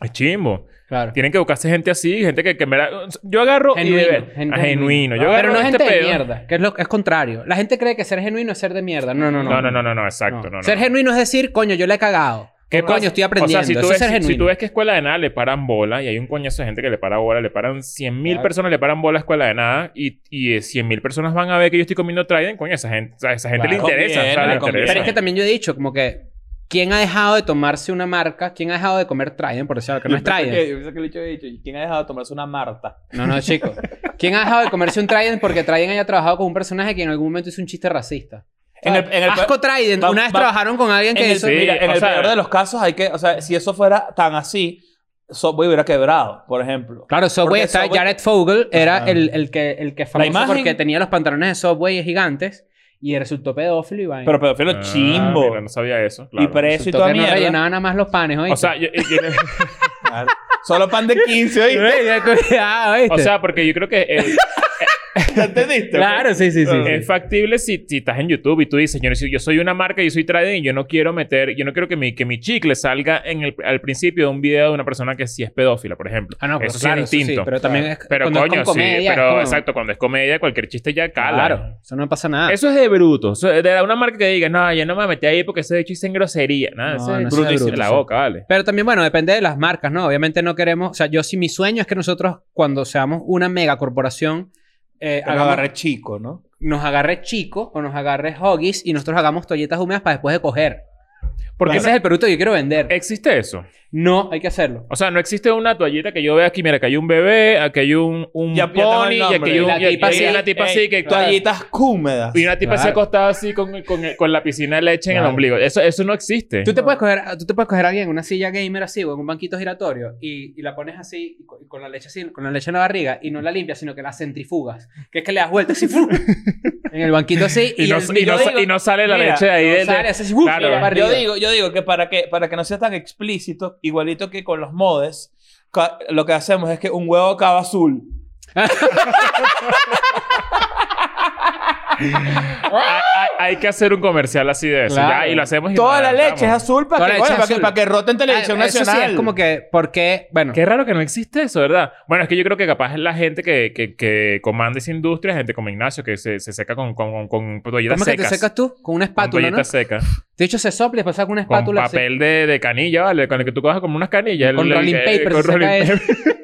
Speaker 2: Es chimbo.
Speaker 4: Claro.
Speaker 2: Tienen que buscarse gente así, gente que, que en verdad- Yo agarro.
Speaker 4: [laughs]
Speaker 2: y de ver-
Speaker 4: gen-
Speaker 2: Ah, genuino. Yo agarro
Speaker 4: Pero no
Speaker 2: este
Speaker 4: gente de
Speaker 2: pedo.
Speaker 4: mierda, que es, lo, es contrario. La gente cree que ser genuino es ser de mierda. No, no, no.
Speaker 2: No, no, no, no, no, exacto. No, no,
Speaker 4: ser
Speaker 2: no.
Speaker 4: genuino es decir, coño, yo le he cagado.
Speaker 2: ¿Qué
Speaker 4: ¿Qué coño
Speaker 2: pasa?
Speaker 4: estoy aprendiendo?
Speaker 2: O sea, si tú,
Speaker 4: Eso
Speaker 2: ves,
Speaker 4: es ser
Speaker 2: si- si
Speaker 4: genuino.
Speaker 2: tú ves que Escuela de Nada le paran bola y hay un coñazo de gente que le para bola, le paran 100.000
Speaker 4: Claro.
Speaker 2: personas, le paran bola a Escuela de Nada y, y eh, 100.000 personas van a ver que yo estoy comiendo Trident, coño, esa gente, o sea, esa gente
Speaker 4: Claro.
Speaker 2: le interesa. o sea,
Speaker 3: Conviene,
Speaker 2: le
Speaker 3: conviene.
Speaker 2: interesa.
Speaker 4: Pero es que también yo he dicho, como que, ¿quién ha dejado de tomarse una marca? ¿Quién ha dejado de comer Trident? Por decir algo, que no es Trident.
Speaker 3: Yo pensé que el bicho había dicho, ¿y ¿quién ha dejado de tomarse una Marta?
Speaker 4: No, no, chicos. ¿Quién ha dejado de comerse un Trident porque Trident haya trabajado con un personaje que en algún momento hizo un chiste racista?
Speaker 3: En el- en el-
Speaker 4: Asco Trident.
Speaker 3: va-
Speaker 4: una vez
Speaker 3: va-
Speaker 4: trabajaron con alguien
Speaker 3: En
Speaker 4: que
Speaker 3: el,
Speaker 4: hizo...
Speaker 2: sí,
Speaker 3: mira, en
Speaker 2: o
Speaker 3: el
Speaker 2: sea-
Speaker 3: peor de los casos hay que, o sea, si eso fuera tan así, Subway hubiera quebrado, por ejemplo.
Speaker 4: Claro, Subway
Speaker 3: Porque
Speaker 4: está
Speaker 3: Subway-
Speaker 4: Jared Fogle era
Speaker 3: Ajá.
Speaker 4: el, el que el que es
Speaker 3: La
Speaker 4: famoso
Speaker 3: imagen-
Speaker 4: porque tenía los pantalones de Subway gigantes y resultó pedófilo y vaina.
Speaker 3: Pero pedófilo
Speaker 2: Ah,
Speaker 3: chimbo.
Speaker 2: mira, no sabía eso. claro.
Speaker 3: Y preso y
Speaker 4: resultó
Speaker 3: toda
Speaker 4: que no
Speaker 3: mierda.
Speaker 4: rellenaba nada más los panes, ¿oíste?
Speaker 2: O sea, yo-
Speaker 4: [laughs]
Speaker 2: yo-
Speaker 3: Claro. Solo pan de 15, ¿oíste?
Speaker 4: Ey, [laughs] ya, cuidado, ¿oíste?
Speaker 2: o sea, porque yo creo que eh,
Speaker 3: ¿Ya entendiste?
Speaker 4: claro, sí, sí, sí. sí.
Speaker 2: es factible si, si estás en YouTube y tú dices, yo, no soy- yo soy una marca, yo soy Trident y yo no quiero meter, yo no quiero que mi, que mi chicle salga en el, al principio de un video de una persona que sí es pedófila, por ejemplo.
Speaker 4: Ah, no, pues
Speaker 2: eso
Speaker 4: claro,
Speaker 2: sí es distinto.
Speaker 4: pero también es
Speaker 2: Pero
Speaker 4: cuando es
Speaker 2: coño,
Speaker 4: con comedia,
Speaker 2: sí.
Speaker 4: es
Speaker 2: Pero
Speaker 4: como-
Speaker 2: exacto, cuando es comedia, cualquier chiste ya cala.
Speaker 4: Claro, eso no pasa nada.
Speaker 2: Eso es de bruto. Eso es de una marca que diga, no, yo no me metí ahí porque ese de chiste en grosería.
Speaker 4: No,
Speaker 2: Nada, ese
Speaker 4: no, eso
Speaker 2: es
Speaker 4: es de
Speaker 2: brutísimo.
Speaker 4: bruto,
Speaker 2: la
Speaker 4: sí.
Speaker 2: boca, vale.
Speaker 4: Pero también, bueno, depende de las marcas, ¿no? Obviamente no queremos, o sea, yo sí, mi sueño es que nosotros cuando seamos una mega corporación eh,
Speaker 3: Pero
Speaker 4: hagamos-
Speaker 3: agarré chico, ¿no?
Speaker 4: nos agarre chico o nos agarre hoggies y nosotros hagamos toalletas húmedas para después de coger.
Speaker 2: Porque
Speaker 4: Porque ese es el producto que yo quiero vender.
Speaker 2: existe eso.
Speaker 4: No, hay que hacerlo.
Speaker 2: O sea, no existe una toallita que yo vea aquí, mira, que hay un bebé, aquí hay un, un
Speaker 3: Ya- ya tengo el
Speaker 2: pony, y aquí
Speaker 3: nombre.
Speaker 2: hay un-
Speaker 4: La
Speaker 2: y- y
Speaker 4: tipa
Speaker 2: hay
Speaker 4: así,
Speaker 2: una tipa
Speaker 3: ey,
Speaker 2: así que...
Speaker 3: Toallitas húmedas.
Speaker 2: Y una tipa así
Speaker 4: Claro.
Speaker 2: acostada así con, con, con la piscina de leche en el
Speaker 4: Claro.
Speaker 2: ombligo. Eso, eso eh, no existe.
Speaker 4: Tú te, puedes coger, tú te puedes coger a alguien en una silla gamer así o en un banquito giratorio y, y la pones así, y co- y con la leche así, con la leche en la barriga y no la limpias, sino que la centrifugas. Que es que le das vueltas y
Speaker 2: [laughs]
Speaker 4: ¡fum! en el banquito así
Speaker 2: Y, no,
Speaker 4: el-
Speaker 2: y
Speaker 4: yo
Speaker 2: no sa-
Speaker 4: digo,
Speaker 2: y no sale la
Speaker 3: mira,
Speaker 2: leche de ahí.
Speaker 4: no
Speaker 2: del-
Speaker 4: sale, haces ¡fum!
Speaker 2: Claro.
Speaker 4: y la barriga.
Speaker 3: Yo digo, yo digo que para que para que no sea tan explícito, igualito que con los modes, ca- lo que hacemos es que un huevo cava azul.
Speaker 2: [laughs] hay, hay- hay que hacer un comercial así de eso.
Speaker 4: Claro.
Speaker 2: Ya, y lo hacemos y
Speaker 3: Toda
Speaker 2: lo
Speaker 3: la leche es
Speaker 2: adelantamos.
Speaker 3: azul
Speaker 4: Toda
Speaker 3: para
Speaker 4: la
Speaker 3: que,
Speaker 4: leche
Speaker 3: bueno,
Speaker 4: es
Speaker 3: para que,
Speaker 4: azul.
Speaker 3: para que rote en televisión
Speaker 4: Ah, eso sí,
Speaker 3: nacional.
Speaker 4: es como que, porque, bueno,
Speaker 2: Qué raro que no existe eso, ¿verdad? Bueno, es que yo creo que capaz es la gente que, que, que comanda esa industria, gente como Ignacio, que se, se seca con, con, con, con toallitas
Speaker 4: ¿cómo es que te
Speaker 2: secas.
Speaker 4: secas tú? Con una
Speaker 2: con
Speaker 4: espátula, ¿no?
Speaker 2: toallitas secas.
Speaker 4: De hecho, se sopla y después saca una
Speaker 2: Con
Speaker 4: espátula así.
Speaker 2: papel de, de canilla, ¿vale? Con el que tú cojas como unas canillas.
Speaker 4: Con
Speaker 2: El- el-
Speaker 4: rolling
Speaker 2: el-
Speaker 4: paper
Speaker 2: con
Speaker 4: se
Speaker 2: rolling
Speaker 4: saca eso.
Speaker 2: paper.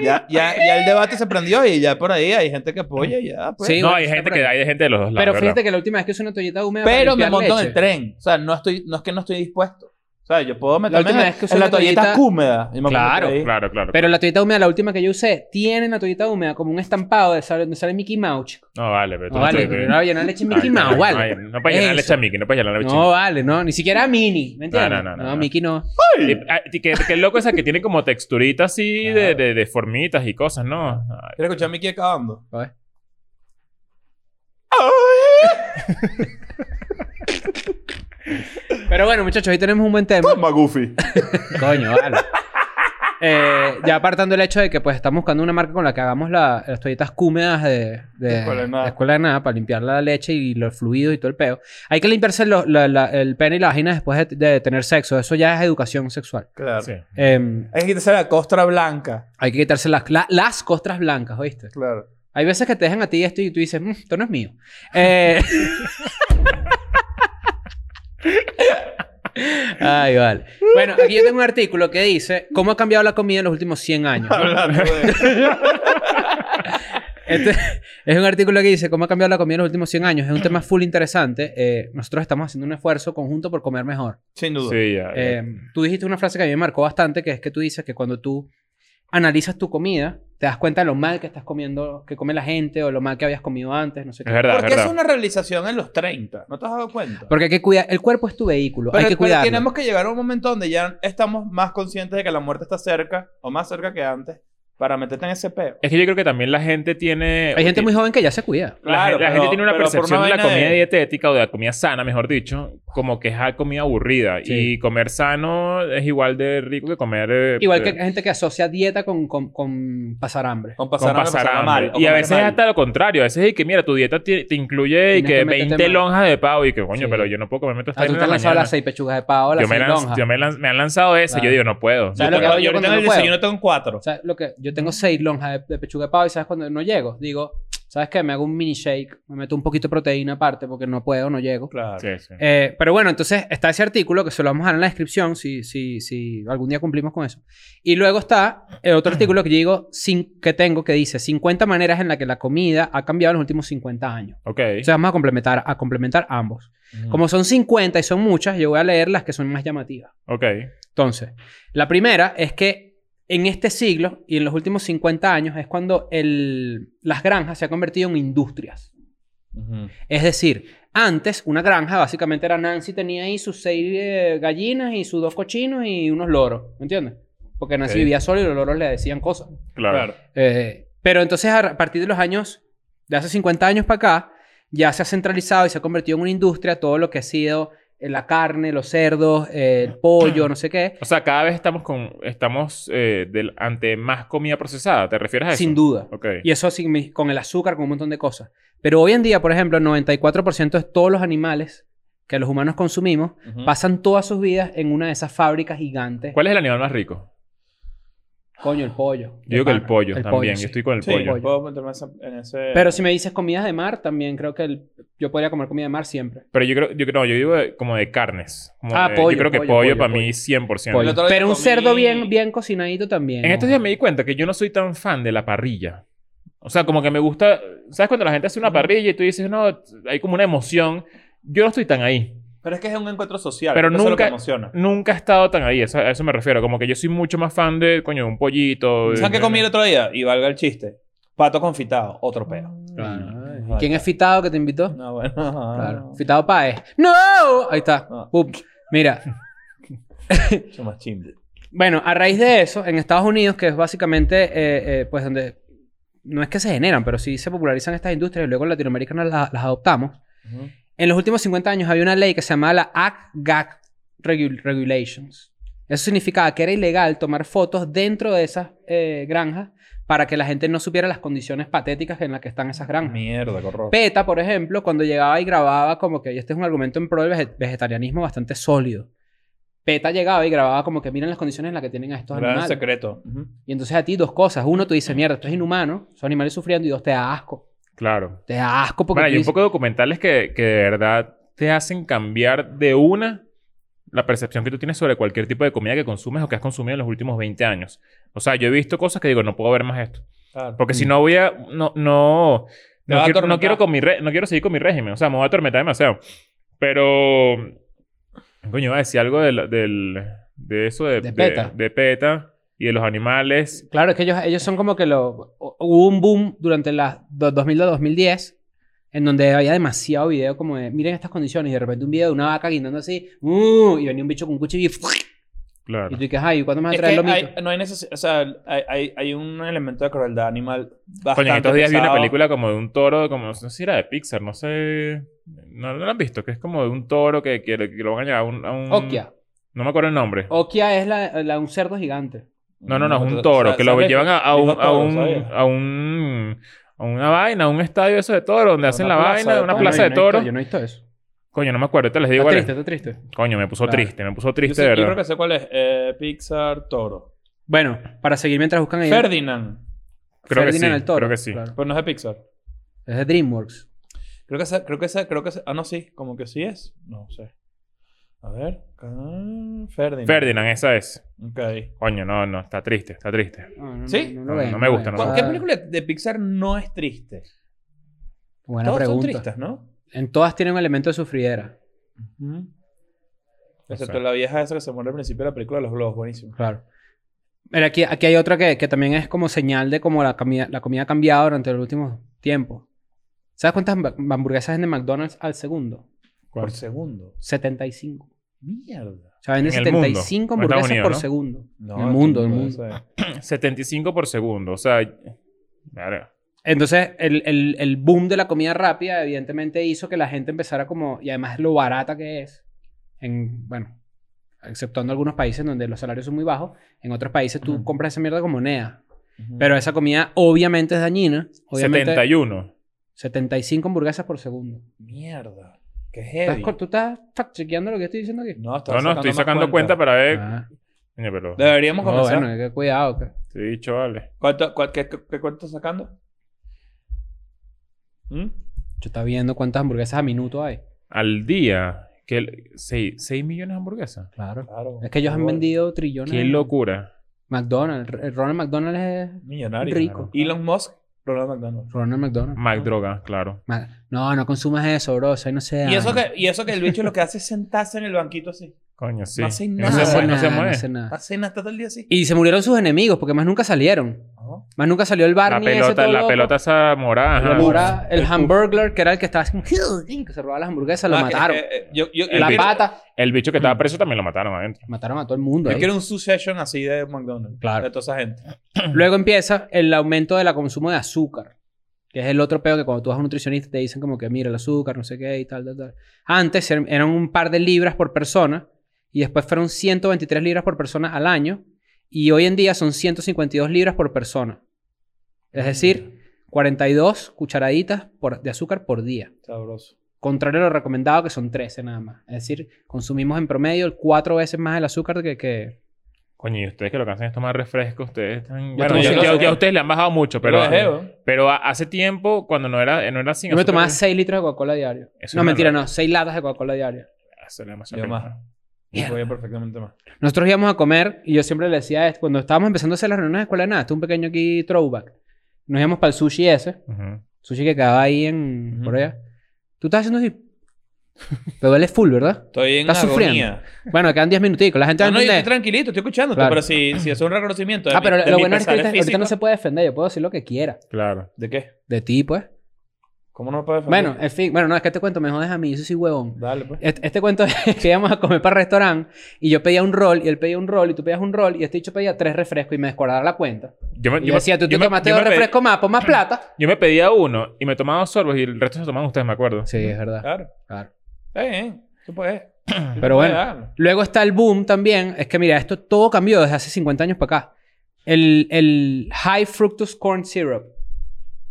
Speaker 3: Ya, ya, ya el debate se prendió y ya por ahí hay gente que apoya y ya. Pues.
Speaker 4: Sí,
Speaker 2: No,
Speaker 4: bueno,
Speaker 2: hay
Speaker 4: está
Speaker 2: gente
Speaker 4: por
Speaker 2: que
Speaker 4: ahí.
Speaker 2: hay de gente de los dos lados.
Speaker 4: Pero
Speaker 2: ¿verdad?
Speaker 4: fíjate que la última vez que usé una toalleta húmeda para
Speaker 3: Pero me
Speaker 4: limpiar
Speaker 3: monto en
Speaker 4: leche.
Speaker 3: el tren. O sea, no, estoy, no es que no estoy dispuesto. O sea, yo puedo meterme en,
Speaker 4: última vez que usé
Speaker 3: en la
Speaker 4: una
Speaker 3: toalleta
Speaker 4: toallita-
Speaker 3: húmeda. Y me pongo
Speaker 4: Claro,
Speaker 3: por ahí.
Speaker 2: Claro, claro.
Speaker 4: Pero la toalleta húmeda, la última que yo usé, tiene en la toalleta húmeda como un estampado de sale- donde sale Mickey Mouse, chico.
Speaker 2: No, vale, pero tú
Speaker 4: No vale,
Speaker 2: tú- tú-
Speaker 4: pero no va a llenar leche
Speaker 2: ¿eh? Ay,
Speaker 4: Mickey Mouse,
Speaker 2: no,
Speaker 4: vale.
Speaker 2: No, no puedes llenar leche
Speaker 4: Eso.
Speaker 2: a Mickey, no puedes llenar leche a
Speaker 4: No vale, no, ni siquiera a Mini, ¿me entiendes?
Speaker 2: no, no, no, no.
Speaker 4: Mickey no.
Speaker 2: Mickey. Eh, ah, y Que, que el loco esa que tiene como texturita así de, de, de formitas y cosas, ¿no? Ay,
Speaker 3: Quiero escuchar a Mickey acabando.
Speaker 4: A ver. Pero bueno, muchachos, hoy tenemos un buen tema.
Speaker 3: Goofy.
Speaker 4: Coño, vale. Eh, ya apartando el hecho de que pues estamos buscando una marca con la que hagamos la- las toallitas húmedas de, de-
Speaker 3: Escuela de nada.
Speaker 4: de escuela de nada para limpiar la leche y los fluidos y todo el peo. Hay que limpiarse lo- la- la- el pene y la vagina después de, de tener sexo. Eso ya es educación sexual.
Speaker 3: Claro.
Speaker 2: sí.
Speaker 4: Em,
Speaker 3: Hay que quitarse la costra blanca.
Speaker 4: hay que quitarse las, la- las costras blancas, ¿oíste?
Speaker 3: Claro.
Speaker 4: Hay veces que te dejan a ti esto y tú dices, "Mm, esto no es mío. Eh, [laughs] Ay, vale. Bueno, aquí yo tengo un artículo que dice cómo ha cambiado la comida en los últimos 100 años.
Speaker 3: Hablando de...
Speaker 4: Este [laughs] es un artículo que dice cómo ha cambiado la comida en los últimos 100 años. Es un tema full interesante. Eh, nosotros estamos haciendo un esfuerzo conjunto por comer mejor.
Speaker 3: [laughs] Sin duda.
Speaker 2: Sí, ya. ya.
Speaker 4: Eh, tú dijiste una frase que a mí me marcó bastante, que es que tú dices que cuando tú analizas tu comida, te das cuenta de lo mal que estás comiendo, que come la gente o lo mal que habías comido antes, no sé
Speaker 2: Es
Speaker 4: qué.
Speaker 2: verdad, es
Speaker 3: Porque
Speaker 2: verdad.
Speaker 3: es una realización en los 30. ¿No te has dado cuenta?
Speaker 4: Porque hay que cuidar, el cuerpo es tu vehículo,
Speaker 3: pero,
Speaker 4: hay que
Speaker 3: pero
Speaker 4: cuidarlo.
Speaker 3: tenemos que llegar a un momento donde ya estamos más conscientes de que la muerte está cerca o más cerca que antes para meterte en ese peo.
Speaker 2: Es que yo creo que también la gente tiene...
Speaker 4: Hay gente muy joven que ya se cuida.
Speaker 2: La, gen-
Speaker 3: Claro,
Speaker 2: la
Speaker 3: pero-
Speaker 2: gente tiene una
Speaker 3: pero por
Speaker 2: percepción
Speaker 3: una
Speaker 2: de la
Speaker 3: vaina
Speaker 2: comida
Speaker 3: de-
Speaker 2: dietética o de la comida sana, mejor dicho, como que es ah, comida aburrida.
Speaker 4: Sí.
Speaker 2: Y comer sano es igual de rico que comer... eh,
Speaker 4: Igual que
Speaker 2: eh,
Speaker 4: hay gente que asocia dieta con, con, con pasar hambre.
Speaker 3: Con
Speaker 2: con
Speaker 3: pasar, hambre,
Speaker 2: pasar
Speaker 3: pasarla
Speaker 2: hambre.
Speaker 3: mal, o
Speaker 2: y a
Speaker 3: comer
Speaker 2: veces es
Speaker 3: mal.
Speaker 2: hasta lo contrario. A veces es que, mira, tu dieta te, te incluye y
Speaker 4: Tienes
Speaker 2: que
Speaker 4: que meterte
Speaker 2: 20
Speaker 4: mal.
Speaker 2: lonjas de pavo y que, coño,
Speaker 4: Sí.
Speaker 2: pero yo no puedo comerme tostadas
Speaker 4: Ah, tú
Speaker 2: en
Speaker 4: te has
Speaker 2: la
Speaker 4: lanzado
Speaker 2: mañana.
Speaker 4: las seis pechugas de pavo, las
Speaker 2: yo me,
Speaker 4: seis
Speaker 2: lanz-
Speaker 4: lonjas.
Speaker 2: yo me, lanz- me han lanzado esa y
Speaker 4: Claro.
Speaker 2: yo digo, no puedo.
Speaker 4: ¿Sabes
Speaker 2: Yo
Speaker 4: lo que
Speaker 2: tengo-
Speaker 3: Yo, yo ahorita
Speaker 4: cuando
Speaker 3: en el
Speaker 4: no puedo.
Speaker 3: desayuno tengo cuatro.
Speaker 4: O sea, lo que, yo tengo seis lonjas de, de pechuga de pavo y sabes cuando no llego, digo, ¿sabes qué? Me hago un mini shake, me meto un poquito de proteína aparte porque no puedo, no llego.
Speaker 3: Claro.
Speaker 2: Sí, sí.
Speaker 4: Eh, pero bueno, entonces está ese artículo que se lo vamos a dar en la descripción si, si, si algún día cumplimos con eso. Y luego está el otro artículo que yo digo sin, que tengo que dice 50 maneras en las que la comida ha cambiado en los últimos 50 años.
Speaker 2: Ok.
Speaker 4: O sea, vamos a complementar, a complementar ambos.
Speaker 2: Mm.
Speaker 4: Como son 50 y son muchas, yo voy a leer las que son más llamativas.
Speaker 2: Ok.
Speaker 4: Entonces, la primera es que en este siglo y en los últimos 50 años es cuando el- las granjas se han convertido en industrias. Es decir, antes una granja básicamente era Nancy tenía ahí sus seis eh, gallinas y sus dos cochinos y unos loros, ¿me entiendes? Porque Nancy
Speaker 2: Ok.
Speaker 4: vivía sola y los loros le decían cosas.
Speaker 2: Claro.
Speaker 4: Eh, pero entonces a partir de los años, de hace 50 años para acá, ya se ha centralizado y se ha convertido en una industria todo lo que ha sido eh, la carne, los cerdos, eh,
Speaker 2: Ah.
Speaker 4: el pollo, no sé qué.
Speaker 2: O sea, cada vez estamos con... Estamos eh, del- ante más comida procesada. ¿Te refieres a eso?
Speaker 4: Sin duda.
Speaker 2: Ok.
Speaker 4: Y eso sin mi- con el azúcar, con un montón de cosas. Pero hoy en día, por ejemplo, el 94% de todos los animales que los humanos consumimos pasan todas sus vidas en una de esas fábricas gigantes.
Speaker 2: ¿Cuál es el animal más rico?
Speaker 4: Coño, el pollo.
Speaker 2: Yo digo que el
Speaker 4: pana.
Speaker 2: pollo también.
Speaker 4: sí.
Speaker 2: Yo estoy con el
Speaker 3: Sí,
Speaker 2: pollo.
Speaker 4: pollo.
Speaker 3: puedo meterme esa- en ese...
Speaker 4: Pero si me dices comidas de mar, también creo que el- yo podría comer comida de mar siempre.
Speaker 2: Pero yo creo, yo creo, no, yo digo de- como de carnes. Como
Speaker 4: Ah,
Speaker 2: de-
Speaker 4: pollo,
Speaker 2: Yo creo que
Speaker 4: pollo,
Speaker 2: pollo,
Speaker 4: pollo,
Speaker 2: para
Speaker 4: pollo.
Speaker 2: mí 100%.
Speaker 4: Pollo.
Speaker 3: El otro día
Speaker 4: Pero un
Speaker 3: comí-
Speaker 4: cerdo bien, bien cocinadito también.
Speaker 2: En estos días me di cuenta que yo no soy tan fan de la parrilla. O sea, como que me gusta. ¿Sabes cuando la gente hace una parrilla y tú dices, no, hay como una emoción? Yo no estoy tan ahí.
Speaker 3: Pero es que es un encuentro social.
Speaker 2: Pero
Speaker 3: Pero nunca... Eso es lo que
Speaker 2: nunca-
Speaker 3: emociona.
Speaker 2: Nunca he estado tan ahí, eso- a eso me refiero. Como que yo soy mucho más fan de, coño, un pollito. de-
Speaker 3: ¿Sabes qué comí el otro día? Y valga el chiste. Pato confitado. Otro peo.
Speaker 4: Ay, ¿y ¿Quién es Fitado que te invitó?
Speaker 3: No, bueno.
Speaker 4: Claro. Fitado Paez. ¡No! Ahí está.
Speaker 3: Ah.
Speaker 4: Pum. Mira,
Speaker 3: Mucho más chimbo.
Speaker 4: Bueno, a raíz de eso, en Estados Unidos, que es básicamente, eh, eh, pues donde no es que se generan, pero sí se popularizan estas industrias y luego en Latinoamérica nos la- las adoptamos.
Speaker 3: Ujú.
Speaker 4: En los últimos 50 años había una ley que se llamaba la ACT-GAC Regu- Regulations. Eso significaba que era ilegal tomar fotos dentro de esas eh, granjas para que la gente no supiera las condiciones patéticas en las que están esas granjas.
Speaker 3: Mierda, corro.
Speaker 4: PETA, por ejemplo, cuando llegaba y grababa como que, y este es un argumento en pro del vege- vegetarianismo bastante sólido. PETA llegaba y grababa como que miren las condiciones en las que tienen a estos
Speaker 3: Gran
Speaker 4: animales.
Speaker 3: secreto. Ujú.
Speaker 4: Y entonces a ti dos cosas. Uno, tú
Speaker 2: Mm.
Speaker 4: dices, mierda, esto es inhumano, son animales sufriendo. Y dos, te da asco.
Speaker 2: Claro.
Speaker 4: Te da asco porque tú
Speaker 2: Bueno, hay un
Speaker 4: dices-
Speaker 2: poco de documentales que, que de verdad te hacen cambiar de una la percepción que tú tienes sobre cualquier tipo de comida que consumes o que has consumido en los últimos 20 años. O sea, yo he visto cosas que digo, no puedo ver más esto.
Speaker 3: Claro.
Speaker 2: Porque si no voy a... No, no,
Speaker 3: Te
Speaker 2: no,
Speaker 3: va
Speaker 2: quiero, no
Speaker 3: a atormentar.
Speaker 2: quiero con mi re- no quiero seguir con mi régimen. O sea, me voy a atormentar demasiado. Pero... Coño, iba a decir algo del, del- de eso de,
Speaker 4: De
Speaker 2: de-
Speaker 4: PETA.
Speaker 2: de PETA y de los animales.
Speaker 4: Claro, es que ellos, ellos son como que lo... o- Hubo un boom durante las do- 2000 a 2010 en donde había demasiado video como de, miren estas condiciones. Y de repente un video de una vaca guindando así, "Uh", y venía un bicho con un cuchillo y...
Speaker 2: Claro.
Speaker 4: Y tú dices, ay, ¿cuándo me van a
Speaker 3: Es
Speaker 4: traer
Speaker 3: que
Speaker 4: lo mito?
Speaker 3: hay, no hay necesidad, o sea, hay, hay, hay un elemento de crueldad animal bastante
Speaker 2: Coño, en estos días vi una
Speaker 3: pesado.
Speaker 2: película como de un toro, como no sé si era de Pixar, no sé... No, no la han visto, que es como de un toro que, que, que lo van a llevar a un... a un-
Speaker 4: Okia.
Speaker 2: No me acuerdo el nombre.
Speaker 3: Oh,
Speaker 4: Okia es la, la- un cerdo gigante.
Speaker 2: No, no, no, es
Speaker 3: o
Speaker 2: un
Speaker 3: sea,
Speaker 2: toro, que lo
Speaker 3: ¿sabes?
Speaker 2: llevan a, a un,
Speaker 3: Dijo
Speaker 2: a,
Speaker 3: toro,
Speaker 2: un,
Speaker 3: ¿sabes?
Speaker 2: a un- a una vaina, a un estadio eso de toro, donde hacen la
Speaker 3: plaza
Speaker 2: vaina,
Speaker 3: de
Speaker 2: una
Speaker 3: toro.
Speaker 2: plaza
Speaker 4: Yo
Speaker 2: de
Speaker 4: no he
Speaker 2: toro.
Speaker 4: visto- Yo no he visto eso.
Speaker 2: Coño, no me acuerdo, te les digo.
Speaker 4: Está
Speaker 2: ¿vale?
Speaker 4: triste, está triste.
Speaker 2: Coño, me puso
Speaker 4: Claro.
Speaker 2: triste, me puso
Speaker 3: Yo,
Speaker 2: triste,
Speaker 3: sé- yo
Speaker 2: de
Speaker 3: creo
Speaker 2: verdad.
Speaker 3: que sé cuál es. Eh, Pixar Toro.
Speaker 4: Bueno, para seguir mientras buscan ahí.
Speaker 3: Ferdinand.
Speaker 2: Creo que
Speaker 4: Ferdinand
Speaker 2: sí,
Speaker 4: el toro.
Speaker 2: creo que sí.
Speaker 4: Claro.
Speaker 3: Pero no es de Pixar.
Speaker 4: Es de DreamWorks.
Speaker 3: Creo que esa, creo que esa, creo que esa- Ah, no, sí. Como que sí es. No sé. A ver. acá, Ferdinand.
Speaker 2: Ferdinand, esa es.
Speaker 3: Ok.
Speaker 2: Coño, no, no, está triste, está triste.
Speaker 4: No, no,
Speaker 3: ¿Sí?
Speaker 2: No, no me gusta, no me
Speaker 3: ¿Cuál-
Speaker 2: Ah.
Speaker 3: ¿Qué película de Pixar no es triste?
Speaker 4: Buena
Speaker 3: Todas
Speaker 4: pregunta.
Speaker 3: son tristes, ¿no?
Speaker 4: En todas tienen un elemento de sufridera.
Speaker 3: Excepto
Speaker 2: O sea.
Speaker 3: la vieja esa que se muere al principio de la película de los globos. Buenísimo.
Speaker 4: Claro. Mira, aquí, aquí hay otra que, que también es como señal de cómo la comida, la comida ha cambiado durante los últimos tiempos. ¿Sabes cuántas hamb- hamburguesas venden McDonald's al segundo?
Speaker 2: ¿Cuál?
Speaker 5: Por segundo.
Speaker 4: 75. O
Speaker 5: Mierda.
Speaker 4: sea, venden
Speaker 2: En el mundo.
Speaker 4: 75
Speaker 2: En Estados
Speaker 4: hamburguesas
Speaker 2: Unidos,
Speaker 4: por
Speaker 2: ¿no?
Speaker 4: segundo.
Speaker 5: No,
Speaker 4: en el mundo,
Speaker 5: tú
Speaker 4: el
Speaker 5: no
Speaker 4: mundo.
Speaker 5: puedes, eh.
Speaker 2: 75 por segundo. O sea, verga.
Speaker 4: Entonces, el, el- el boom de la comida rápida evidentemente hizo que la gente empezara como... Y además lo barata que es. En, bueno, exceptuando algunos países donde los salarios son muy bajos. En otros países tú
Speaker 5: Ujú.
Speaker 4: compras esa mierda con moneda.
Speaker 5: Ujú.
Speaker 4: Pero esa comida obviamente es dañina. Obviamente,
Speaker 2: 71.
Speaker 4: 75 hamburguesas por segundo.
Speaker 5: Mierda. Qué
Speaker 4: ¿Estás
Speaker 5: heavy.
Speaker 4: cor- ¿Tú estás fact chequeando lo que estoy diciendo aquí?
Speaker 5: No,
Speaker 2: No, no, estoy sacando cuenta. para ver.
Speaker 4: Ah.
Speaker 2: Coño, pero.
Speaker 3: Deberíamos
Speaker 4: No,
Speaker 3: comenzar.
Speaker 4: bueno, hay que cuidado. que-
Speaker 2: Te he dicho, vale.
Speaker 3: ¿Cuánto, cua- qué, qué- qué cuánto estás sacando? ¿Mm?
Speaker 4: Yo estaba viendo cuántas hamburguesas a minuto hay.
Speaker 2: Al día. Que 6, millones de hamburguesas.
Speaker 4: Claro.
Speaker 5: Claro.
Speaker 4: Es que ellos han
Speaker 5: Por favor.
Speaker 4: vendido trillones.
Speaker 2: Qué locura.
Speaker 4: McDonald's. R- Ronald McDonald es
Speaker 5: Millonario.
Speaker 4: rico.
Speaker 3: Elon Musk, Ronald McDonald.
Speaker 4: Ronald McDonald.
Speaker 2: Mac droga, claro.
Speaker 4: Ma- No, no consumas eso, bro. Eso ahí no se
Speaker 3: Y eso,
Speaker 4: daña.
Speaker 3: que, y eso que el
Speaker 4: [laughs]
Speaker 3: bicho lo que hace es sentarse en el banquito así.
Speaker 2: Coño, sí.
Speaker 3: No hace
Speaker 2: Y
Speaker 4: No,
Speaker 3: nada.
Speaker 2: se
Speaker 4: hace
Speaker 2: mueve. No
Speaker 4: nada,
Speaker 2: se
Speaker 4: no
Speaker 2: mueve.
Speaker 4: hace nada.
Speaker 3: Está cena, está todo el día así. Ah.
Speaker 4: Y se murieron sus enemigos porque más nunca salieron.
Speaker 5: Ajá.
Speaker 4: Más nunca salió el bar
Speaker 2: La pelota, la pelota esa morada.
Speaker 4: El,
Speaker 2: ajá.
Speaker 4: hamburger- el
Speaker 3: El puff.
Speaker 4: hamburglar, que era el que estaba así como, [laughs] que se robaba las hamburguesas, lo
Speaker 3: Ah, que-
Speaker 4: mataron.
Speaker 3: eh, eh, yo, yo- yo
Speaker 2: El
Speaker 4: la
Speaker 2: bicho-
Speaker 3: quiero,
Speaker 4: pata.
Speaker 2: El bicho que estaba preso también lo mataron adentro.
Speaker 4: Mataron a todo el mundo.
Speaker 3: yo
Speaker 4: ahí.
Speaker 3: quiero un succession así de McDonald's.
Speaker 4: Claro.
Speaker 3: De toda esa gente.
Speaker 4: Luego empieza el aumento de la consumo de azúcar, que es el otro peo que cuando tú vas a un nutricionista te dicen como que mira el azúcar, no sé qué y tal, tal, tal. Antes er- eran un par de libras por persona y después fueron 123 libras por persona al año y hoy en día son 152 libras por persona. Es decir, 42 cucharaditas por- de azúcar por día.
Speaker 5: Sabroso.
Speaker 4: Contrario a lo recomendado que son 13 nada más. Es decir, consumimos en promedio cuatro veces más el azúcar que... que...
Speaker 2: Coño, y ustedes que lo que hacen es tomar refresco, ustedes están.
Speaker 4: Yo
Speaker 2: Bueno,
Speaker 4: tomo
Speaker 2: ya,
Speaker 4: sin
Speaker 2: ya-
Speaker 3: azúcar.
Speaker 2: ya ustedes le han bajado mucho,
Speaker 3: Pero, ¿eh?
Speaker 2: pero.
Speaker 3: dejé, ¿no?
Speaker 2: Pero a- hace tiempo, cuando no era, no era sin
Speaker 4: Yo me
Speaker 2: azúcar,
Speaker 4: tomaba 6 litros de Coca-Cola diario.
Speaker 2: Eso
Speaker 4: No,
Speaker 2: es
Speaker 4: mentira,
Speaker 2: verdad.
Speaker 4: no. 6 latas de Coca-Cola diario.
Speaker 2: Eso era demasiado
Speaker 3: Yo
Speaker 2: rico.
Speaker 3: más. Yo podía perfectamente más.
Speaker 4: Nosotros íbamos a comer y yo siempre le decía esto. Cuando estábamos empezando a hacer las reuniones de escuela de nada, esto es un pequeño aquí throwback. Nos íbamos para el sushi ese.
Speaker 2: Ujú.
Speaker 4: Sushi que quedaba ahí en...
Speaker 3: Ujú.
Speaker 4: Por allá. Tú estás haciendo así. [laughs] Te duele full, ¿verdad?
Speaker 3: Estoy en
Speaker 4: ¿Estás
Speaker 3: agonía.
Speaker 4: Bueno, quedan 10 minuticos. La gente va
Speaker 3: No,
Speaker 4: a
Speaker 3: no, yo estoy
Speaker 4: entender.
Speaker 3: tranquilito, estoy escuchándote,
Speaker 4: Claro.
Speaker 3: pero si, si es un reconocimiento. de
Speaker 4: Ah,
Speaker 3: mi-
Speaker 4: pero
Speaker 3: de
Speaker 4: lo
Speaker 3: mi
Speaker 4: bueno es que
Speaker 3: pesares
Speaker 4: ahorita, ahorita no
Speaker 3: físicos.
Speaker 4: se puede defender. Yo puedo decir lo que quiera.
Speaker 2: Claro.
Speaker 3: ¿De qué?
Speaker 4: De ti, pues.
Speaker 3: ¿Cómo no me puedes defender?
Speaker 4: Bueno, en fin. Bueno, no, es que este cuento me jodes a mí. Eso sí, huevón.
Speaker 3: Dale, pues.
Speaker 4: Este, este cuento [laughs] es que íbamos a comer para el restaurante y yo pedía un rol y él pedía un rol y tú pedías un rol y este dicho pedía tres refrescos y me descuadraba la cuenta.
Speaker 2: Yo me,
Speaker 4: Y
Speaker 2: yo
Speaker 4: yo
Speaker 2: me-
Speaker 4: decía, tú te
Speaker 2: yo me-
Speaker 4: tomaste
Speaker 2: yo
Speaker 4: dos
Speaker 2: me pedí-
Speaker 4: refrescos más, pon más plata.
Speaker 2: Yo me pedía uno y me tomaba dos sorbos y el resto se tomaban ustedes, me acuerdo.
Speaker 4: Sí, es verdad.
Speaker 2: Ah.
Speaker 3: Claro.
Speaker 4: Claro.
Speaker 3: Está bien. Tú
Speaker 2: [clears throat]
Speaker 3: puedes.
Speaker 4: Pero bueno, luego está el boom también. Es que mira, esto todo cambió desde hace 50 años para acá. El, el high fructose corn syrup.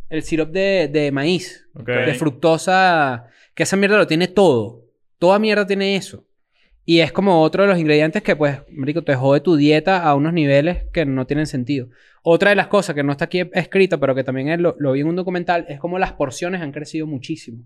Speaker 4: El syrup de, de maíz.
Speaker 2: Ok.
Speaker 4: de fructosa, que esa mierda lo tiene todo. Toda mierda tiene eso. Y es como otro de los ingredientes que, pues, marico, te jode tu dieta a unos niveles que no tienen sentido. Otra de las cosas que no está aquí escrita, pero que también es- lo, lo vi en un documental, es como las porciones han crecido muchísimo.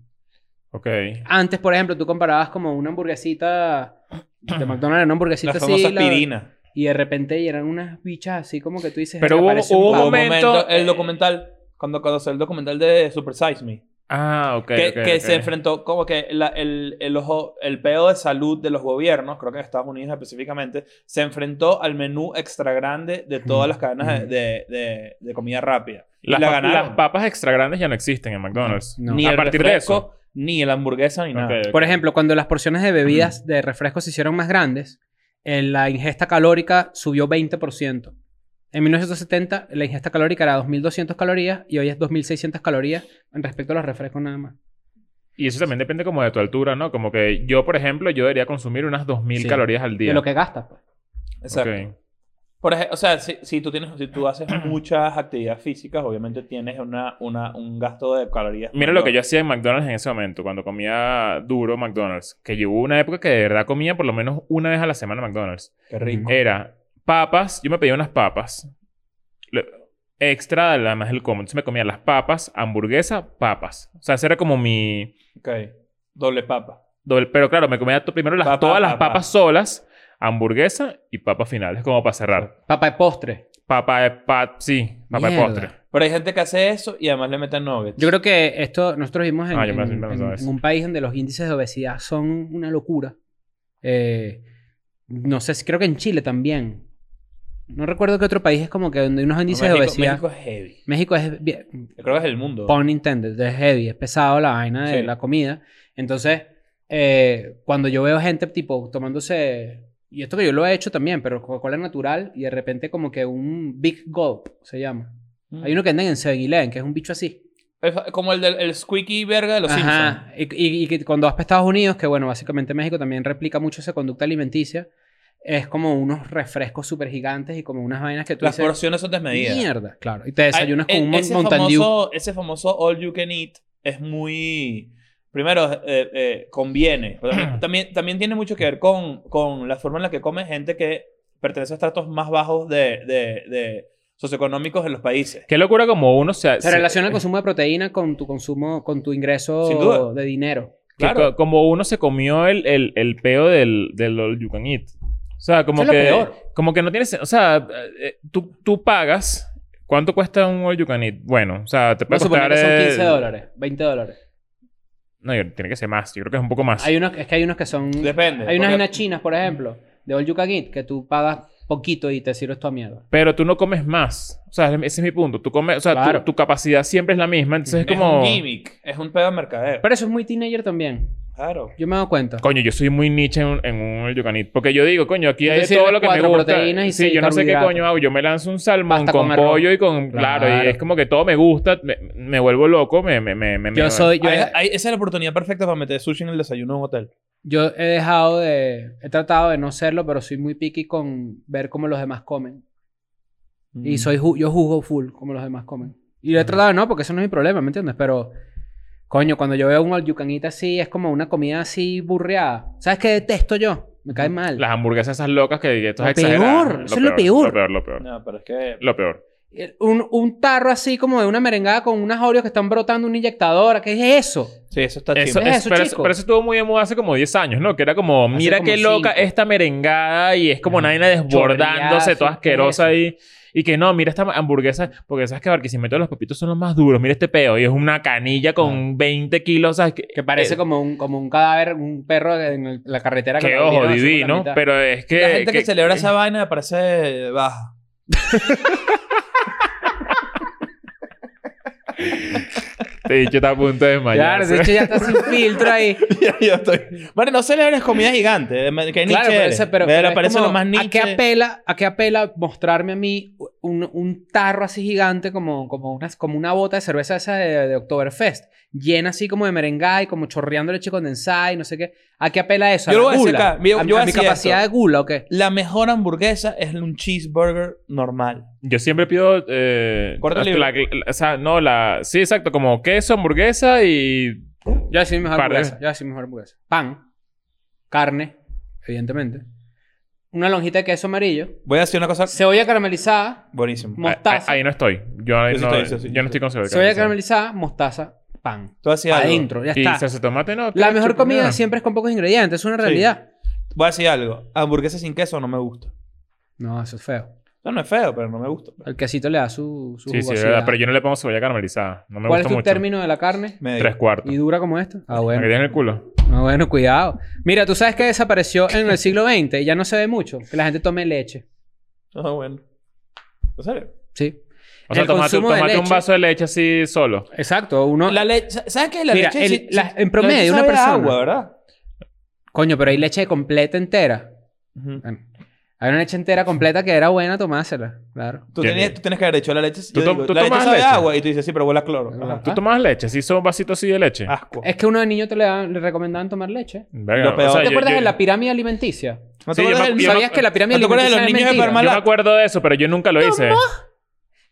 Speaker 2: Ok.
Speaker 4: Antes, por ejemplo, tú comparabas como una hamburguesita de McDonald's, una hamburguesita
Speaker 3: Las
Speaker 4: así.
Speaker 3: famosas
Speaker 4: la-
Speaker 3: aspirinas.
Speaker 4: y de repente y eran unas bichas así como que tú dices.
Speaker 2: Pero
Speaker 4: "Verga,
Speaker 2: hubo-
Speaker 4: parece
Speaker 2: hubo un
Speaker 4: pavo".
Speaker 2: momento-
Speaker 3: El documental. Cuando, cuando salió el documental de Super Size Me.
Speaker 2: Ah, ok.
Speaker 3: que
Speaker 2: ok,
Speaker 3: que
Speaker 2: ok.
Speaker 3: se enfrentó como que la- el, el, ojo- el pedo de salud de los gobiernos, creo que en Estados Unidos específicamente, se enfrentó al menú extra grande de todas las cadenas de, de, de- de comida rápida. Y
Speaker 2: Las,
Speaker 3: la
Speaker 2: pa-
Speaker 3: ganaron.
Speaker 2: las papas extra grandes ya no existen en McDonald's.
Speaker 4: No.
Speaker 3: Ni
Speaker 2: A
Speaker 3: el
Speaker 2: partir de
Speaker 3: refresco, Ni la hamburguesa, ni nada.
Speaker 2: Ok, ok.
Speaker 4: Por ejemplo, cuando las porciones de bebidas de refresco se hicieron más grandes, eh, la ingesta calórica subió 20%. En 1970 la ingesta calórica era 2.200 calorías y hoy es 2.600 calorías en respecto a los refrescos nada más.
Speaker 2: Y eso también depende como de tu altura, ¿no? Como que yo, por ejemplo, yo debería consumir unas 2000
Speaker 4: Sí.
Speaker 2: calorías al día.
Speaker 4: De lo que gastas. pues.
Speaker 3: Exacto.
Speaker 2: Ok.
Speaker 3: Por ejemplo, o sea, si, si tú tienes, si tú
Speaker 2: [clears throat]
Speaker 3: haces muchas actividades físicas, obviamente tienes una, una, un gasto de calorías.
Speaker 2: Mira lo que yo hacía en McDonald's en ese momento, cuando comía duro McDonald's. Que yo hubo una época que de verdad comía por lo menos una vez a la semana McDonald's.
Speaker 3: Qué rico.
Speaker 2: Era papas, yo me pedía unas papas. Le- Extra, además del combo. Entonces me comía las papas, hamburguesa, papas. O sea, ese era como mi.
Speaker 3: Ok. Doble papa.
Speaker 2: doble- Pero claro, me comía to- primero las,
Speaker 3: Papa,
Speaker 2: todas las
Speaker 3: papa.
Speaker 2: papas solas, hamburguesa y papas finales, como para cerrar.
Speaker 4: Papa de postre.
Speaker 2: Papa de pa- sí, papa de
Speaker 4: Mierda.
Speaker 2: postre.
Speaker 3: Pero hay gente que hace eso y además le meten nuggets.
Speaker 4: Yo creo que esto nosotros vimos en,
Speaker 2: Ah, yo me-
Speaker 4: en-
Speaker 2: me lo
Speaker 4: en-
Speaker 2: sabes.
Speaker 4: en un país donde los índices de obesidad son una locura. Eh, no sé, si- creo que en Chile también. No recuerdo qué otro país es como que donde hay unos índices de
Speaker 3: México,
Speaker 4: obesidad.
Speaker 3: México es heavy.
Speaker 4: México es bien,
Speaker 3: Yo creo que es el mundo.
Speaker 4: pun intended, es heavy, es pesado la vaina de
Speaker 3: Sí.
Speaker 4: la comida. Entonces, eh, cuando yo veo gente tipo tomándose, y esto que yo lo he hecho también, pero Coca-Cola natural y de repente como que un Big Gulp se llama.
Speaker 3: Mm.
Speaker 4: Hay uno que andan en Seguilén, que es un bicho así.
Speaker 3: Es fa- Como el del el squeaky verga de los Simpsons.
Speaker 4: Ajá. Y, y- y que cuando vas para Estados Unidos, que bueno, básicamente México también replica mucho esa conducta alimenticia, es como unos refrescos súper gigantes y como unas vainas que tú
Speaker 3: Las
Speaker 4: dices...
Speaker 3: porciones son desmedidas.
Speaker 4: Mierda, claro. Y te
Speaker 3: Hay-
Speaker 4: desayunas con
Speaker 3: e-
Speaker 4: un mon-
Speaker 3: ese
Speaker 4: Mountain Dew.
Speaker 3: famoso, Ese famoso all you can eat es muy... Primero, eh, eh, conviene. Pero
Speaker 4: [clears throat]
Speaker 3: también- también, también tiene mucho que ver con, con la forma en la que come gente que pertenece a estratos más bajos de, de- de socioeconómicos en los países.
Speaker 2: Qué locura como uno se...
Speaker 4: Se
Speaker 2: se-
Speaker 4: relaciona el consumo de proteína con tu consumo, con tu
Speaker 3: Sin duda.
Speaker 4: ingreso de dinero.
Speaker 2: que
Speaker 3: Claro.
Speaker 2: co- como uno se comió el, el, el peo del, del all you can eat. O sea, como
Speaker 4: Eso
Speaker 2: que...
Speaker 4: es lo peor.
Speaker 2: Como que no tienes... O sea, eh, tú, tú pagas... ¿Cuánto cuesta un all you can eat? Bueno, o sea, te puede
Speaker 4: Vamos a suponer que
Speaker 2: costar...
Speaker 4: son
Speaker 2: eh,
Speaker 4: 15 dólares, 20 dólares.
Speaker 2: No, yo- tiene que ser más. Yo creo que es un poco más.
Speaker 4: Hay unos, es que hay unos que son...
Speaker 3: Depende.
Speaker 4: Hay unas
Speaker 3: porque-
Speaker 4: vainas chinas, por ejemplo, de All You Can Eat, que tú pagas poquito y te sirves tu mierda.
Speaker 2: Pero tú no comes más. O sea, ese es mi punto. Tú comes... O sea, tu-
Speaker 4: Claro.
Speaker 2: tu, capacidad siempre es la misma. Entonces es
Speaker 3: Es
Speaker 2: como...
Speaker 3: un gimmick, es un pedo de mercadeo.
Speaker 4: Pero eso es muy teenager también.
Speaker 3: claro.
Speaker 4: Yo me he dado cuenta.
Speaker 2: Coño, yo soy muy niche en un, en un yocanit. Porque yo digo, coño, aquí hay de
Speaker 4: Entonces,
Speaker 2: todo lo que me
Speaker 4: cuatro
Speaker 2: gusta.
Speaker 4: proteínas y
Speaker 2: sí,
Speaker 4: seis
Speaker 2: yo no sé qué
Speaker 4: carbohidratos.
Speaker 2: coño hago. Yo me lanzo un salmón
Speaker 4: Pasta
Speaker 2: con,
Speaker 4: con arroz.
Speaker 2: pollo y con... Claro.
Speaker 4: Claro.
Speaker 2: y es como que todo me gusta. Me, me vuelvo loco. Me, me, me, me-
Speaker 4: Yo
Speaker 2: me-
Speaker 4: soy... Yo,
Speaker 3: Ahí-
Speaker 4: he,
Speaker 3: ahí- esa es la oportunidad perfecta para meter sushi en el desayuno de un hotel.
Speaker 4: yo he dejado de... He tratado de no serlo, pero soy muy picky con ver cómo los demás comen.
Speaker 2: Mm.
Speaker 4: Y soy ju- yo juzgo full como los demás comen. Y lo he tratado de no, porque eso no es mi problema, ¿me entiendes? Pero, coño, cuando yo veo un all you can eat así, es como una comida así burreada. ¿Sabes qué detesto yo? Me cae mal.
Speaker 2: Las hamburguesas esas locas que... Esto
Speaker 4: Lo
Speaker 2: es exagerado.
Speaker 4: peor. Eso es lo peor.
Speaker 2: Lo peor, lo peor.
Speaker 3: Mm. No, pero es que...
Speaker 2: Lo peor.
Speaker 4: El- Un, un tarro así como de una merengada con unas oreos que están brotando una inyectadora. ¿Qué es eso?
Speaker 3: Sí, eso está
Speaker 2: Eso,
Speaker 3: chido.
Speaker 4: ¿Ves
Speaker 2: es-
Speaker 4: eso,
Speaker 2: pero,
Speaker 4: chico?
Speaker 2: eso, pero eso estuvo muy de moda hace como 10 años, ¿no? Que era como, mira
Speaker 4: como
Speaker 2: qué loca
Speaker 4: cinco.
Speaker 2: esta merengada y es como
Speaker 4: Ajá.
Speaker 2: una vaina desbordándose,
Speaker 4: Chorreazo,
Speaker 2: toda asquerosa
Speaker 4: ¿qué
Speaker 2: ahí. Y que no, mira esta hamburguesa, porque sabes que Barquisimeto los papitos son los más duros, mira este peo. Y es una canilla con 20 kilos, ¿sabes? Que,
Speaker 4: Ah. Que parece
Speaker 2: eh,
Speaker 4: como, un, como un cadáver, un perro en el- la carretera.
Speaker 2: Que
Speaker 4: lo
Speaker 2: ojo,
Speaker 4: abrieron así por la
Speaker 2: divino,
Speaker 4: mitad.
Speaker 2: pero es que...
Speaker 3: la gente que,
Speaker 2: que- [laughs]
Speaker 3: celebra esa vaina me parece baja.
Speaker 2: Te he dicho, está a punto de
Speaker 4: Claro,
Speaker 2: desmayarse.
Speaker 4: de hecho ya está
Speaker 2: [laughs]
Speaker 4: sin filtro ahí.
Speaker 3: [laughs] yo estoy... Bueno, no celebres comida gigante. de- Que
Speaker 4: Claro,
Speaker 3: Nietzsche
Speaker 4: pero,
Speaker 3: eres.
Speaker 4: ese- pero-
Speaker 3: Me
Speaker 4: pero es
Speaker 3: parece
Speaker 4: como,
Speaker 3: lo más
Speaker 4: ¿a qué,
Speaker 3: Nietzsche.
Speaker 4: apela, ¿A qué apela mostrarme a mí un, un tarro así gigante como, como, una, como una bota de cerveza esa de, de Oktoberfest? Llena así como de merengada y como chorreando leche condensada y no sé qué. ¿A qué apela eso?
Speaker 3: Yo
Speaker 4: la
Speaker 3: lo voy a decir
Speaker 4: gula?
Speaker 3: acá. Yo-
Speaker 4: ¿A,
Speaker 3: yo voy a
Speaker 4: a mi
Speaker 3: decir
Speaker 4: capacidad
Speaker 3: esto.
Speaker 4: de gula o qué?
Speaker 3: La mejor hamburguesa es un cheeseburger normal.
Speaker 2: Yo siempre pido... Eh,
Speaker 3: Corte
Speaker 2: hasta
Speaker 3: libre.
Speaker 2: la- la- o sea, no, la... Sí, exacto, como queso, hamburguesa y
Speaker 4: Yo decía mi mejor
Speaker 2: Par de-
Speaker 4: hamburguesa. Yo decía mi mejor hamburguesa. Pan. Carne. Evidentemente. Una lonjita de queso amarillo.
Speaker 3: Voy a decir una cosa
Speaker 4: Cebolla caramelizada.
Speaker 3: buenísima.
Speaker 4: Mo- Mostaza.
Speaker 2: Ah, Ahí, ahí no estoy. Yo, ahí
Speaker 3: Yo sí
Speaker 2: no,
Speaker 3: estoy, sí, sí,
Speaker 2: yo no
Speaker 3: sí.
Speaker 2: estoy con cebolla
Speaker 4: Cebolla
Speaker 2: caramelizada.
Speaker 4: caramelizada. Mostaza. Pan.
Speaker 3: Tú hacías algo.
Speaker 4: Adentro. Ya
Speaker 2: Y
Speaker 4: está.
Speaker 2: salsa de tomate no.
Speaker 4: La
Speaker 2: ketchup,
Speaker 4: mejor comida
Speaker 2: no.
Speaker 4: siempre es con pocos ingredientes, es una
Speaker 3: Sí.
Speaker 4: realidad.
Speaker 3: Voy a decir algo. Hamburguesa sin queso no me gusta.
Speaker 4: No, eso es feo.
Speaker 3: No, no es feo, pero no me gusta.
Speaker 4: El quesito le da su, su
Speaker 2: Sí, sí, es
Speaker 4: jugosidad.
Speaker 2: verdad. Pero yo no le pongo cebolla caramelizada. No me
Speaker 4: ah. ¿Cuál es
Speaker 2: gusta
Speaker 4: tu
Speaker 2: mucho.
Speaker 4: término de la carne?
Speaker 3: Medio.
Speaker 2: Tres cuartos.
Speaker 4: ¿Y dura como esta? Ah,
Speaker 2: Me
Speaker 4: bueno.
Speaker 2: quedé en el culo.
Speaker 4: Ah, bueno, cuidado. Mira, tú sabes que desapareció en el siglo XX y ya no se ve mucho. Que la gente tome leche.
Speaker 3: Ah, bueno. ¿En serio?
Speaker 4: Sí.
Speaker 2: O sea,
Speaker 4: El
Speaker 2: tomate,
Speaker 4: consumo de
Speaker 2: tomate un
Speaker 4: leche-
Speaker 2: vaso de leche así solo.
Speaker 4: Exacto. Uno...
Speaker 3: La leche... ¿Sabes qué? La
Speaker 4: eh, Mira,
Speaker 3: leche...
Speaker 4: el-
Speaker 3: sí-
Speaker 4: la-
Speaker 3: sí-
Speaker 4: en promedio,
Speaker 3: leche
Speaker 4: una
Speaker 3: sabe a
Speaker 4: persona-
Speaker 3: agua, ¿verdad?
Speaker 4: Coño, pero hay leche completa entera.
Speaker 3: Ujú.
Speaker 4: Bueno, hay una leche entera completa que era buena tomársela. Claro.
Speaker 3: Tú,
Speaker 2: Qué
Speaker 3: tenías,
Speaker 2: bien.
Speaker 3: tú tienes que haber hecho la leche.
Speaker 2: Tú
Speaker 3: yo
Speaker 2: to-
Speaker 3: digo,
Speaker 2: tú
Speaker 3: la leche
Speaker 2: tomabas
Speaker 3: sabe a
Speaker 2: leche.
Speaker 3: agua. Y tú dices, sí, pero huele a cloro. Ajá.
Speaker 2: ¿Tú
Speaker 4: Ah.
Speaker 2: tomas leche? ¿Sí son vasitos así de leche?
Speaker 3: Asco.
Speaker 4: Es que uno de niño te le, daban- le recomendaban tomar leche.
Speaker 2: Verga,
Speaker 3: Lo
Speaker 2: o
Speaker 3: peor.
Speaker 2: sea,
Speaker 4: ¿Te
Speaker 2: yo-
Speaker 4: acuerdas
Speaker 2: yo-
Speaker 4: de la pirámide alimenticia?
Speaker 3: ¿No
Speaker 2: Sí,
Speaker 3: te
Speaker 2: yo
Speaker 3: acuerdas
Speaker 2: me-
Speaker 3: del-
Speaker 2: yo
Speaker 4: ¿Sabías
Speaker 2: no-
Speaker 4: que la pirámide
Speaker 3: ¿No te acuerdas de
Speaker 4: alimenticia
Speaker 3: los
Speaker 4: es
Speaker 3: niños de
Speaker 4: mentira?
Speaker 2: Yo me
Speaker 3: Parmalat?
Speaker 2: acuerdo de eso, pero yo nunca lo hice.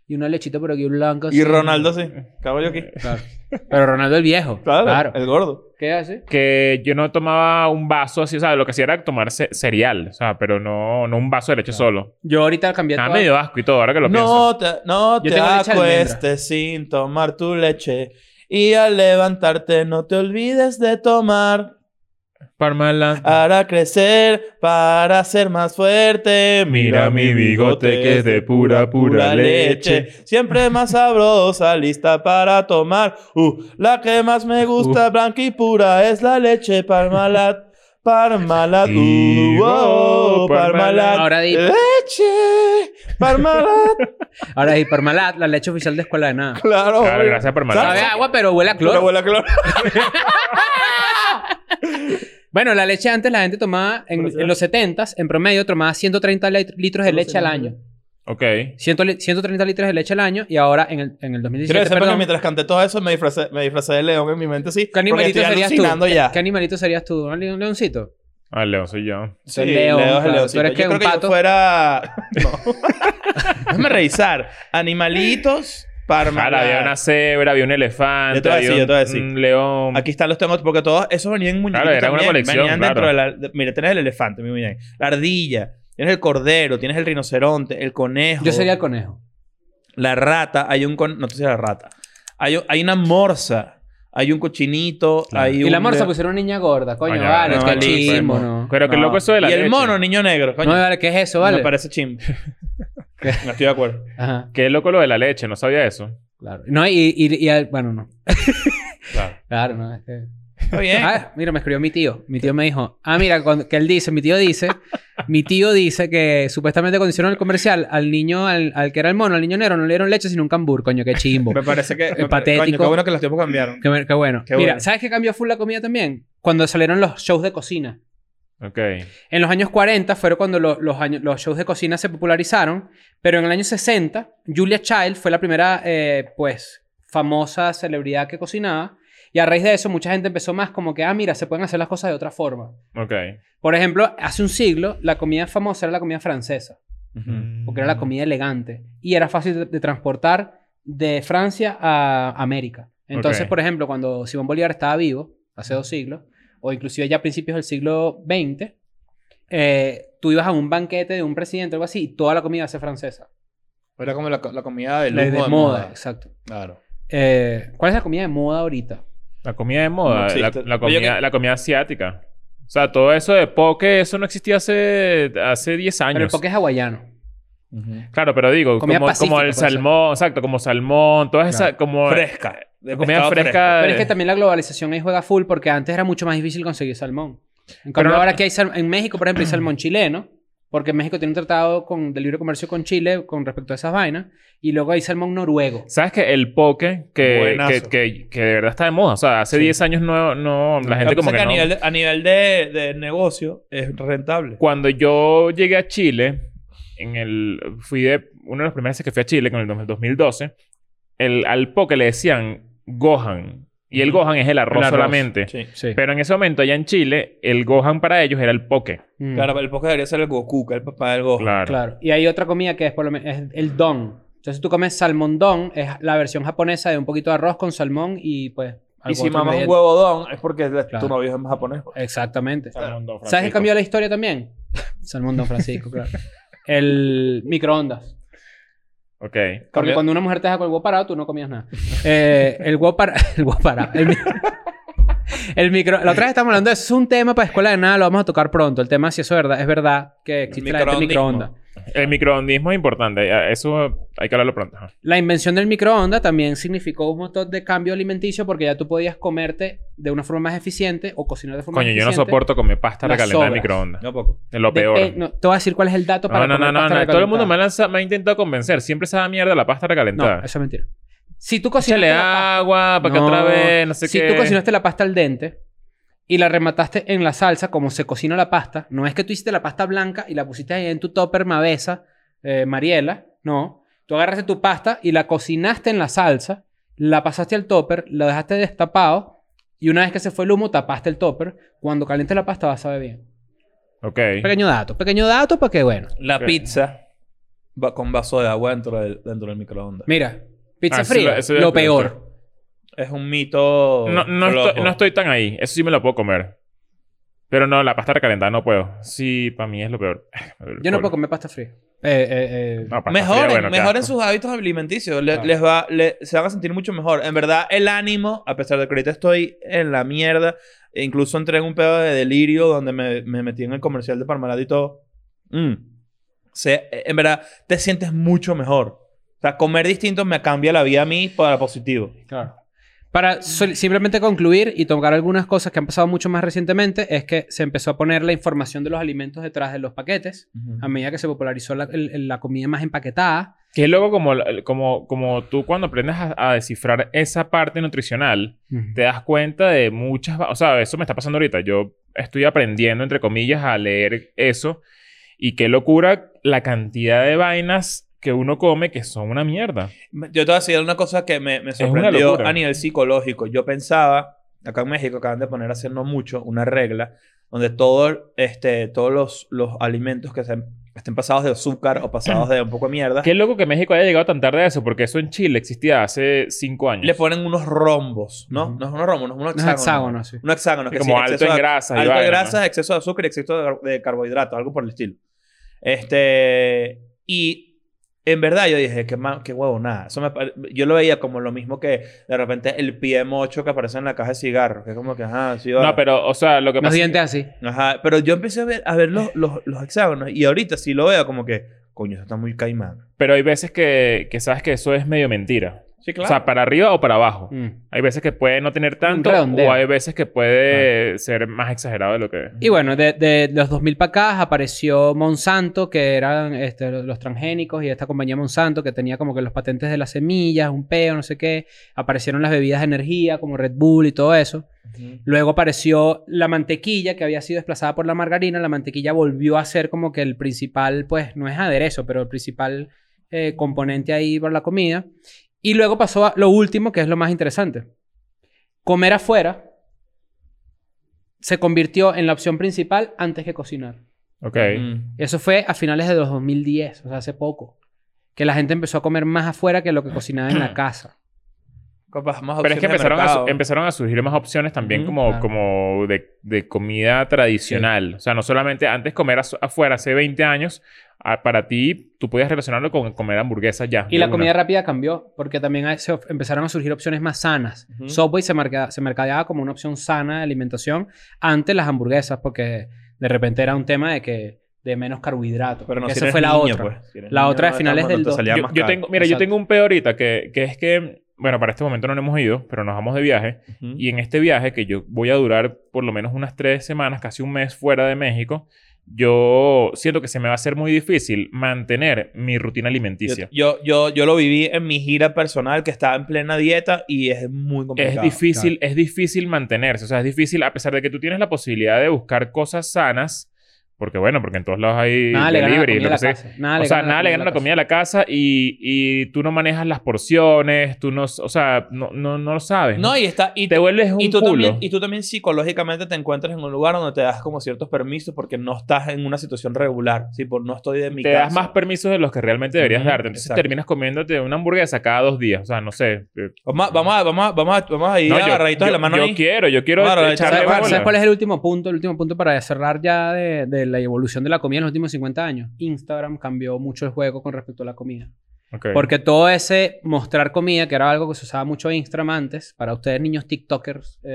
Speaker 4: Y una lechita por aquí, un blanco.
Speaker 3: Y
Speaker 4: así.
Speaker 3: Ronaldo sí. Cago yo aquí.
Speaker 4: Claro. Pero Ronaldo el viejo.
Speaker 3: Claro,
Speaker 4: Claro.
Speaker 3: el gordo.
Speaker 4: ¿Qué hace?
Speaker 2: Que yo no tomaba un vaso así. O sea, lo que hacía era tomar ce- cereal. O sea, pero no, no un vaso de leche solo.
Speaker 4: Yo ahorita cambié
Speaker 2: Nada,
Speaker 4: todo.
Speaker 2: medio asco y todo, ahora que lo pienso.
Speaker 3: No te, no
Speaker 4: Yo
Speaker 3: te
Speaker 4: tengo leche de
Speaker 3: acuestes sin tomar tu leche. Y al levantarte no te olvides de tomar.
Speaker 2: Parmalat.
Speaker 4: Ah,
Speaker 3: Hará crecer para ser más fuerte.
Speaker 2: Mira mi bigote que es de pura, pura leche.
Speaker 3: Siempre más sabrosa, lista para tomar. Uh, la que más me gusta, blanca y pura, es la leche Parmalat. Parmalat, uh,
Speaker 2: Y-
Speaker 3: oh,
Speaker 2: Parmalat.
Speaker 3: Parmalat.
Speaker 4: Ahora di-
Speaker 3: Leche, Parmalat.
Speaker 4: Ahora sí, Parmalat, la leche oficial de escuela de nada.
Speaker 3: Claro.
Speaker 2: Claro,
Speaker 3: obvio.
Speaker 2: gracias por mandar.
Speaker 4: Sabe a agua, pero huele a
Speaker 3: Pero
Speaker 4: cloro.
Speaker 3: huele a cloro.
Speaker 4: Bueno, la leche antes la gente tomaba, en,
Speaker 3: Pero sí.
Speaker 4: en los 70s, en promedio, tomaba 130 lit- litros de
Speaker 3: Pero sí,
Speaker 4: leche al
Speaker 3: no,
Speaker 4: año.
Speaker 2: Ok.
Speaker 4: 100 li- 130 litros de leche al año y ahora en el, en el
Speaker 3: Quiero
Speaker 4: 2017,
Speaker 3: decir porque
Speaker 4: perdón,
Speaker 3: mientras canté todo eso me disfracé, me disfracé de león en mi mente sí.
Speaker 4: ¿Qué
Speaker 3: porque
Speaker 4: animalito
Speaker 3: estoy
Speaker 4: serías tú?
Speaker 3: alucinando ya.
Speaker 4: ¿Qué animalito serías tú? ¿Un león- leoncito?
Speaker 2: Ah, Leo, soy yo.
Speaker 4: Tú eres león,
Speaker 3: es
Speaker 4: claro.
Speaker 3: leoncito.
Speaker 4: Tú eres
Speaker 3: Yo
Speaker 4: que
Speaker 3: creo
Speaker 4: un
Speaker 3: que yo
Speaker 4: pato.
Speaker 3: fuera... No. Déjame revisar. Animalitos,
Speaker 2: Ah, la había una
Speaker 3: parmalat.
Speaker 2: cebra, había un elefante,
Speaker 3: Yo te voy a
Speaker 2: había
Speaker 3: decir, yo te voy a
Speaker 2: un-
Speaker 3: decir.
Speaker 2: un león.
Speaker 3: Aquí están los tengo porque todos esos venían en muñequitos
Speaker 2: Claro, era una
Speaker 3: también.
Speaker 2: colección,
Speaker 3: Venían dentro
Speaker 2: claro.
Speaker 3: de la... de- mira, tienes el elefante, mi muñeca. La ardilla. Tienes el cordero, tienes el rinoceronte, el conejo.
Speaker 4: Yo sería el conejo.
Speaker 3: La rata, hay un... Con... No, tú serías la rata. Hay, hay una morsa. Hay un cochinito,
Speaker 2: Claro.
Speaker 3: hay
Speaker 4: Y,
Speaker 3: un...
Speaker 4: la morsa pues,
Speaker 3: león.
Speaker 4: pusieron niña gorda, coño,
Speaker 2: Coño,
Speaker 4: vale,
Speaker 3: no,
Speaker 4: qué
Speaker 3: vale,
Speaker 4: chimo,
Speaker 3: pues,
Speaker 4: ¿no?
Speaker 2: Pero qué
Speaker 3: No.
Speaker 2: loco eso de la
Speaker 3: Y el
Speaker 2: leche.
Speaker 3: mono, niño negro,
Speaker 4: No,
Speaker 3: coño.
Speaker 4: vale, ¿qué es eso, vale?
Speaker 3: Me parece chimbo.
Speaker 4: ¿Qué?
Speaker 3: No estoy de acuerdo.
Speaker 4: Ajá,
Speaker 2: Qué loco lo de la leche, no sabía eso.
Speaker 4: claro. No, y, y, y al- bueno,
Speaker 3: [laughs]
Speaker 4: no.
Speaker 2: Claro.
Speaker 4: Claro, no, es que...
Speaker 3: Está bien.
Speaker 4: Ah, mira, me escribió mi tío. Mi tío me dijo, ah, mira, cuando- que él dice, mi tío dice, mi tío dice que supuestamente cuando hicieron el comercial al niño, al, al que era el mono, al niño negro, no le dieron leche sino un cambur, coño, qué
Speaker 3: [laughs]
Speaker 4: chimbo.
Speaker 3: Me parece
Speaker 4: [laughs]
Speaker 3: que. me-
Speaker 4: patético.
Speaker 3: Coño, qué bueno que los tiempos cambiaron.
Speaker 4: qué, bueno- qué bueno.
Speaker 3: Qué
Speaker 4: mira,
Speaker 3: bueno.
Speaker 4: ¿sabes qué cambió full la comida también? Cuando salieron los shows de cocina.
Speaker 2: Ok.
Speaker 4: En los años 40 fueron cuando lo- los, años- los shows de cocina se popularizaron, pero en el año 60 Julia Child fue la primera, eh, pues, famosa celebridad que cocinaba. Y a raíz de eso mucha gente empezó más como que, ah, mira, se pueden hacer las cosas de otra forma.
Speaker 2: Ok.
Speaker 4: Por ejemplo, hace un siglo la comida famosa era la comida francesa, porque era la comida elegante y era fácil de, de transportar de Francia a América. Entonces,
Speaker 2: Ok.
Speaker 4: por ejemplo, cuando Simón Bolívar estaba vivo, hace dos siglos, o inclusive ya a principios del siglo XX, eh, tú ibas a un banquete de un presidente o algo así y toda la comida iba a ser francesa.
Speaker 3: Era como la, la comida de lujo.
Speaker 4: La de moda, exacto.
Speaker 3: Claro.
Speaker 4: Eh, ¿Cuál es la comida de moda ahorita?
Speaker 2: La comida de moda,
Speaker 3: No
Speaker 2: la,
Speaker 3: existe.
Speaker 2: la
Speaker 3: Pero yo
Speaker 2: comida,
Speaker 3: que-
Speaker 2: la comida asiática. O sea, todo eso de poke, eso no existía hace, hace 10
Speaker 4: Pero el
Speaker 2: años.
Speaker 4: poke es hawaiano.
Speaker 2: Claro, pero digo,
Speaker 4: Comida
Speaker 2: como,
Speaker 4: pacífica,
Speaker 2: como el
Speaker 4: puede ser.
Speaker 2: salmón, exacto, como salmón, todas esas, como...
Speaker 3: Fresca. De
Speaker 2: Comida
Speaker 3: pescado
Speaker 2: fresca.
Speaker 4: Pero es que también la globalización ahí juega full porque antes era mucho más difícil conseguir salmón. En cambio,
Speaker 2: no-
Speaker 4: ahora que hay salmón, en México, por ejemplo, hay salmón chileno, porque México tiene un tratado con, de libre comercio con Chile con respecto a esas vainas, y luego hay salmón noruego.
Speaker 2: ¿Sabes que El poke, que, que,
Speaker 3: Buenazo.
Speaker 2: que, que de verdad está de moda. O sea, hace 10 años no, no... La
Speaker 3: Lo
Speaker 2: gente
Speaker 3: que pasa
Speaker 2: como que,
Speaker 3: es que a
Speaker 2: no...
Speaker 3: nivel, de, a nivel de, de negocio es rentable.
Speaker 2: Cuando yo llegué a Chile, en el, fui de una de las primeras veces que fui a Chile, con el dos- 2012, el, al poke le decían Gohan. Y el
Speaker 3: Ujú.
Speaker 2: Gohan es el arroz,
Speaker 3: El arroz,
Speaker 2: solamente.
Speaker 3: Sí.
Speaker 4: Sí.
Speaker 2: Pero en ese momento, allá en Chile, el Gohan para ellos era el poke.
Speaker 4: Mm, claro,
Speaker 3: Claro, el podcast debería ser el Goku, que es el papá del Goku.
Speaker 2: Claro.
Speaker 4: Y hay otra comida que es, por lo menos, es el don. Entonces, tú comes salmón don, es la versión japonesa de un poquito de arroz con salmón y pues.
Speaker 3: Y
Speaker 4: algún
Speaker 3: si
Speaker 4: otro
Speaker 3: mamas un
Speaker 4: ingrediente.
Speaker 3: huevo don es porque la-
Speaker 4: Claro.
Speaker 3: tu novio es japonés. pues,
Speaker 4: Exactamente.
Speaker 2: Salmón Don
Speaker 4: ¿Sabes qué
Speaker 2: Francisco.
Speaker 4: cambió la historia también? [laughs] Salmón Don Francisco, claro. El microondas.
Speaker 2: Ok.
Speaker 4: Porque
Speaker 3: Cambió-
Speaker 4: cuando una mujer te deja con el huevo parado, tú no comías nada. Eh, el huevo parado. [laughs] El huevo parado. El, mi- [laughs] el micro. La otra vez estábamos hablando de eso. Es un tema para escuela de nada. Lo vamos a tocar pronto. El tema, si eso es verdad, es verdad que existe la gente del
Speaker 3: microondismo.
Speaker 4: microondas.
Speaker 2: El microondismo es importante. Eh, Eso hay que hablarlo pronto. Ajá.
Speaker 4: La invención del microondas también significó un montón de cambio alimenticio porque ya tú podías comerte de una forma más eficiente o cocinar de forma
Speaker 2: Coño,
Speaker 4: más
Speaker 2: yo no
Speaker 4: eficiente.
Speaker 2: soporto comer pasta
Speaker 4: Las
Speaker 2: recalentada en
Speaker 4: sobras.
Speaker 2: microondas.
Speaker 3: No poco.
Speaker 2: Es lo
Speaker 4: Depe-
Speaker 2: peor.
Speaker 4: no, te voy a decir cuál es el dato para
Speaker 2: No, no, no,
Speaker 4: comer
Speaker 2: no,
Speaker 4: pasta
Speaker 2: no. Todo el mundo
Speaker 4: recalentada.
Speaker 2: me, ha lanza- me ha intentado convencer. Siempre esa mierda la pasta recalentada.
Speaker 4: No, eso es mentira. Si tú cocinas
Speaker 2: Échale agua para que otra vez, no sé
Speaker 4: si
Speaker 2: qué.
Speaker 4: tú cocinaste la pasta al dente y la remataste en la salsa, como se cocina la pasta, no es que tú hiciste la pasta blanca y la pusiste ahí en tu topper mavesa, eh, Mariela, no. Tú agarraste tu pasta y la cocinaste en la salsa, la pasaste al topper, la dejaste destapado y una vez que se fue el humo, tapaste el topper. Cuando calientes la pasta, va a saber bien.
Speaker 2: Ok.
Speaker 4: Pequeño dato, pequeño dato para que, bueno.
Speaker 3: La
Speaker 2: Ok.
Speaker 3: pizza va con vaso de agua dentro del, dentro del microondas.
Speaker 4: Mira, pizza
Speaker 2: Ah, eso
Speaker 4: fría,
Speaker 2: lo-
Speaker 4: lo,
Speaker 2: eso ya-
Speaker 4: peor.
Speaker 3: Es un mito.
Speaker 2: No, no,
Speaker 3: flojo.
Speaker 2: estoy, no estoy tan ahí. Eso sí me lo puedo comer. Pero no, la pasta recalentada no puedo. Sí, para mí es lo peor. [laughs]
Speaker 4: Yo no puedo comer pasta fría. Eh, eh, eh,
Speaker 2: No, pasta
Speaker 3: Mejoren,
Speaker 2: fría, bueno, qué
Speaker 3: mejoren
Speaker 2: asco.
Speaker 3: sus hábitos alimenticios. Le-
Speaker 4: Claro.
Speaker 3: les va, le- se van a sentir mucho mejor. En verdad, el ánimo, a pesar de que ahorita estoy en la mierda, e incluso entré en un pedo de delirio donde me, me metí en el comercial de Parmalat y todo. Mm. Se- en verdad, te sientes mucho mejor. O sea, comer distinto me cambia la vida a mí para positivo.
Speaker 4: Claro. Para sol- simplemente concluir y tocar algunas cosas que han pasado mucho más recientemente, es que se empezó a poner la información de los alimentos detrás de los paquetes, a medida que se popularizó la, el- el- la comida más empaquetada.
Speaker 2: Que es luego como, como, como tú cuando aprendes a, a descifrar esa parte nutricional, te das cuenta de muchas... va- O sea, eso me está pasando ahorita. Yo estoy aprendiendo, entre comillas, a leer eso. Y qué locura la cantidad de vainas que uno come que son una mierda.
Speaker 3: Yo te voy a decir una cosa que me, me
Speaker 2: una
Speaker 3: sorprendió
Speaker 2: locura.
Speaker 3: a nivel psicológico. Yo pensaba, acá en México acaban de poner hace no mucho una regla donde todo, este, todos los, los alimentos que se- estén pasados de azúcar o pasados de un poco de mierda,
Speaker 2: Qué loco que México haya llegado tan tarde a eso, porque eso en Chile existía hace cinco años.
Speaker 3: le ponen unos rombos, ¿no?
Speaker 4: Ujú.
Speaker 3: No es unos rombos, no es
Speaker 4: Unos
Speaker 3: unos hexágonos.
Speaker 4: hexágonos, sí.
Speaker 3: Unos hexágonos.
Speaker 2: Sí,
Speaker 3: que
Speaker 2: como
Speaker 3: sí,
Speaker 2: alto
Speaker 3: exceso
Speaker 2: en
Speaker 3: de-
Speaker 2: grasas. y
Speaker 3: Alto de
Speaker 2: vaina, ¿no?
Speaker 3: grasas, exceso de azúcar y exceso de, de carbohidratos, algo por el estilo. Este, y en verdad yo dije, qué, ma- qué huevo, nada. Eso me pare- yo lo veía como lo mismo que de repente el PM8 que aparece en la caja de cigarros, que es como que, ajá, sí, vale.
Speaker 2: No, pero, o sea, lo que
Speaker 4: Los
Speaker 2: pasa... es
Speaker 4: dientes así.
Speaker 3: Ajá, pero yo empecé a ver, a ver los, los, los hexágonos y ahorita sí lo veo como que, coño, eso está muy caimán.
Speaker 2: que- pero hay veces que, que sabes que eso es medio mentira.
Speaker 3: Sí,
Speaker 2: O sea, para arriba o para abajo.
Speaker 4: Mm.
Speaker 2: Hay veces que puede no tener tanto
Speaker 4: redondeo.
Speaker 2: o hay veces que puede ser más exagerado de lo que es.
Speaker 4: Y bueno, de, de los 2000 para acá apareció Monsanto, que eran este, los los transgénicos, y esta compañía Monsanto que tenía como que los patentes de las semillas, un peo, no sé qué. Aparecieron las bebidas de energía como Red Bull y todo eso. Luego apareció la mantequilla que había sido desplazada por la margarina. La mantequilla volvió a ser como que el principal, pues no es aderezo, pero el principal eh, componente ahí para la comida. Y luego pasó a lo último, que es lo más interesante. Comer afuera se convirtió en la opción principal antes que cocinar.
Speaker 2: Ok.
Speaker 3: Mm.
Speaker 4: Eso fue a finales de los 2010, o sea, hace poco. Que la gente empezó a comer más afuera que lo que cocinaba en la casa.
Speaker 2: Pero es que empezaron a, su- empezaron a surgir más opciones también
Speaker 4: Ujú,
Speaker 2: como,
Speaker 4: Mm, claro.
Speaker 2: como de, de comida tradicional. O sea, no solamente antes comer azu- afuera hace 20 años, ah, para ti tú podías relacionarlo con comer hamburguesa ya.
Speaker 4: Y
Speaker 2: de
Speaker 4: la
Speaker 2: una.
Speaker 4: comida rápida cambió, porque también a- se of- empezaron a surgir opciones más sanas. Subway se, marca- se mercadeaba como una opción sana de alimentación ante las hamburguesas, porque de repente era un tema de que de menos carbohidratos.
Speaker 3: Pero no,
Speaker 4: que
Speaker 3: si
Speaker 4: esa
Speaker 3: eres
Speaker 4: fue la
Speaker 3: niño,
Speaker 4: otra.
Speaker 3: pues. Si eres
Speaker 4: La
Speaker 3: niño,
Speaker 4: otra de
Speaker 3: no,
Speaker 4: finales
Speaker 3: no
Speaker 4: del
Speaker 3: te
Speaker 4: dos-
Speaker 3: salía
Speaker 2: Yo,
Speaker 3: más
Speaker 2: yo
Speaker 3: caro.
Speaker 2: tengo, mira, yo
Speaker 4: Exacto.
Speaker 2: tengo un peor ahorita que, que es que, bueno, para este momento no nos hemos ido, pero nos vamos de viaje.
Speaker 3: Ujú.
Speaker 2: Y en este viaje, que yo voy a durar por lo menos unas tres semanas, casi un mes fuera de México, yo siento que se me va a hacer muy difícil mantener mi rutina
Speaker 3: Yo,
Speaker 2: alimenticia.
Speaker 3: yo, yo, yo lo viví en mi gira personal que estaba en plena dieta y es muy complicado.
Speaker 2: Es difícil, es difícil mantenerse. O sea, es difícil, a pesar de que tú tienes la posibilidad de buscar cosas sanas, porque bueno, porque en todos lados hay
Speaker 4: Nada le gana la
Speaker 2: delivery,
Speaker 4: comida
Speaker 2: lo
Speaker 4: a
Speaker 2: que
Speaker 4: la
Speaker 2: sea.
Speaker 4: casa. Nada
Speaker 2: o sea, nada le gana la comida a la casa y, y tú no manejas las porciones, tú no, o sea, no, no, no lo sabes.
Speaker 3: No, y está. Y
Speaker 2: te vuelves un
Speaker 3: y tú,
Speaker 2: culo.
Speaker 3: también, y tú también psicológicamente te encuentras en un lugar donde te das como ciertos permisos porque no estás en una situación regular. Sí, por no estoy de mi
Speaker 2: te
Speaker 3: casa.
Speaker 2: das más permisos de los que realmente deberías
Speaker 3: Ujú,
Speaker 2: darte. Entonces
Speaker 3: exacto.
Speaker 2: terminas comiéndote una hamburguesa cada dos días. O sea, no sé. eh,
Speaker 3: Vamos, a- vamos, a- vamos, a- vamos, a- vamos a ir
Speaker 2: no,
Speaker 3: agarraditos de la mano
Speaker 2: yo
Speaker 3: ahí.
Speaker 2: quiero, yo quiero
Speaker 3: Claro,
Speaker 2: echarle
Speaker 3: echarle
Speaker 4: ¿Sabes,
Speaker 3: Dale,
Speaker 4: cuál-
Speaker 2: bola.
Speaker 4: sabes cuál es el último punto? El último punto para cerrar ya de, de la evolución de la comida en los últimos 50 años. Instagram cambió mucho el juego con respecto a la comida.
Speaker 2: Ok.
Speaker 4: Porque todo ese mostrar comida, que era algo que se usaba mucho en Instagram antes, para ustedes niños TikTokers eh,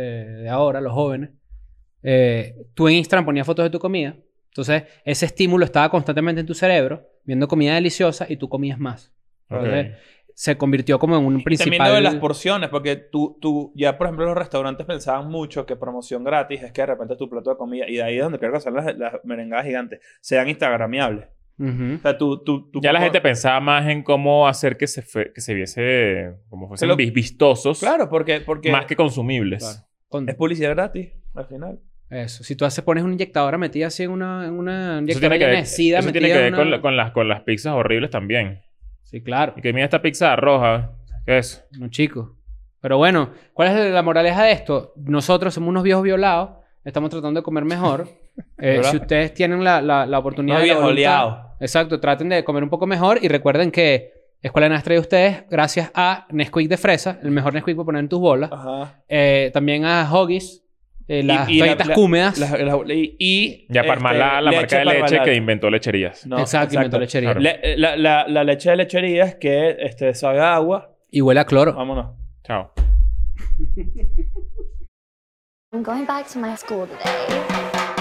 Speaker 4: de ahora, los jóvenes, eh, tú en Instagram ponías fotos de tu comida. Entonces, ese estímulo estaba constantemente en tu cerebro, viendo comida deliciosa y tú comías más.
Speaker 2: Ok.
Speaker 4: Entonces, se convirtió como en un
Speaker 3: Y
Speaker 4: principal...
Speaker 3: También lo de las porciones, porque tú, tú, ya por ejemplo, los restaurantes pensaban mucho que promoción gratis es que de repente tu plato de comida, y de ahí es donde creo que son las, las merengadas gigantes, sean instagramiables.
Speaker 4: Ujú.
Speaker 3: O sea, tú, tú, tú
Speaker 2: Ya la
Speaker 3: como-
Speaker 2: gente pensaba más en cómo hacer que se, fue- que se viese como fuesen
Speaker 3: lo-
Speaker 2: vis- vistosos
Speaker 3: Claro, porque, porque
Speaker 2: más que consumibles.
Speaker 4: Con-
Speaker 3: es publicidad gratis al final.
Speaker 4: Eso. Si tú haces, pones una inyectadora metida así en una... En una
Speaker 2: Eso tiene que ver,
Speaker 4: envenecida
Speaker 2: eso tiene
Speaker 4: metida
Speaker 2: que
Speaker 4: en
Speaker 2: ver con,
Speaker 4: una-
Speaker 2: la- con las, con las pizzas horribles también.
Speaker 4: Sí, claro.
Speaker 2: Y que mira esta pizza roja. ¿Qué es?
Speaker 4: No, chico. Pero bueno, ¿cuál es la moraleja de esto? Nosotros somos unos viejos violados, estamos tratando de comer
Speaker 3: [laughs]
Speaker 4: mejor. Eh,
Speaker 3: ¿Verdad?
Speaker 4: si ustedes tienen la, la, la oportunidad
Speaker 3: Unos
Speaker 4: y la
Speaker 3: viejos
Speaker 4: voluntad,
Speaker 3: oleados.
Speaker 4: Exacto, traten de comer un poco mejor y recuerden que Escuela de Nada trae a ustedes gracias a Nesquik de fresa, el mejor Nesquik para poner en tus bolas.
Speaker 3: Ajá.
Speaker 4: Eh, también a Hoggies, eh, las
Speaker 3: Ah. y la-
Speaker 4: toallitas
Speaker 3: la-
Speaker 4: cúmedas.
Speaker 3: Las- las- y, y,
Speaker 2: Ya Parmalá,
Speaker 3: este,
Speaker 2: la marca de leche
Speaker 3: Parmalat.
Speaker 2: que inventó lecherías.
Speaker 3: No,
Speaker 4: exacto, inventó lechería.
Speaker 2: Claro.
Speaker 3: Le- la, la- la leche de lecherías que este, sabe a agua.
Speaker 4: Y huele a cloro.
Speaker 3: Vámonos.
Speaker 2: Chao.
Speaker 1: I'm going back to my school today.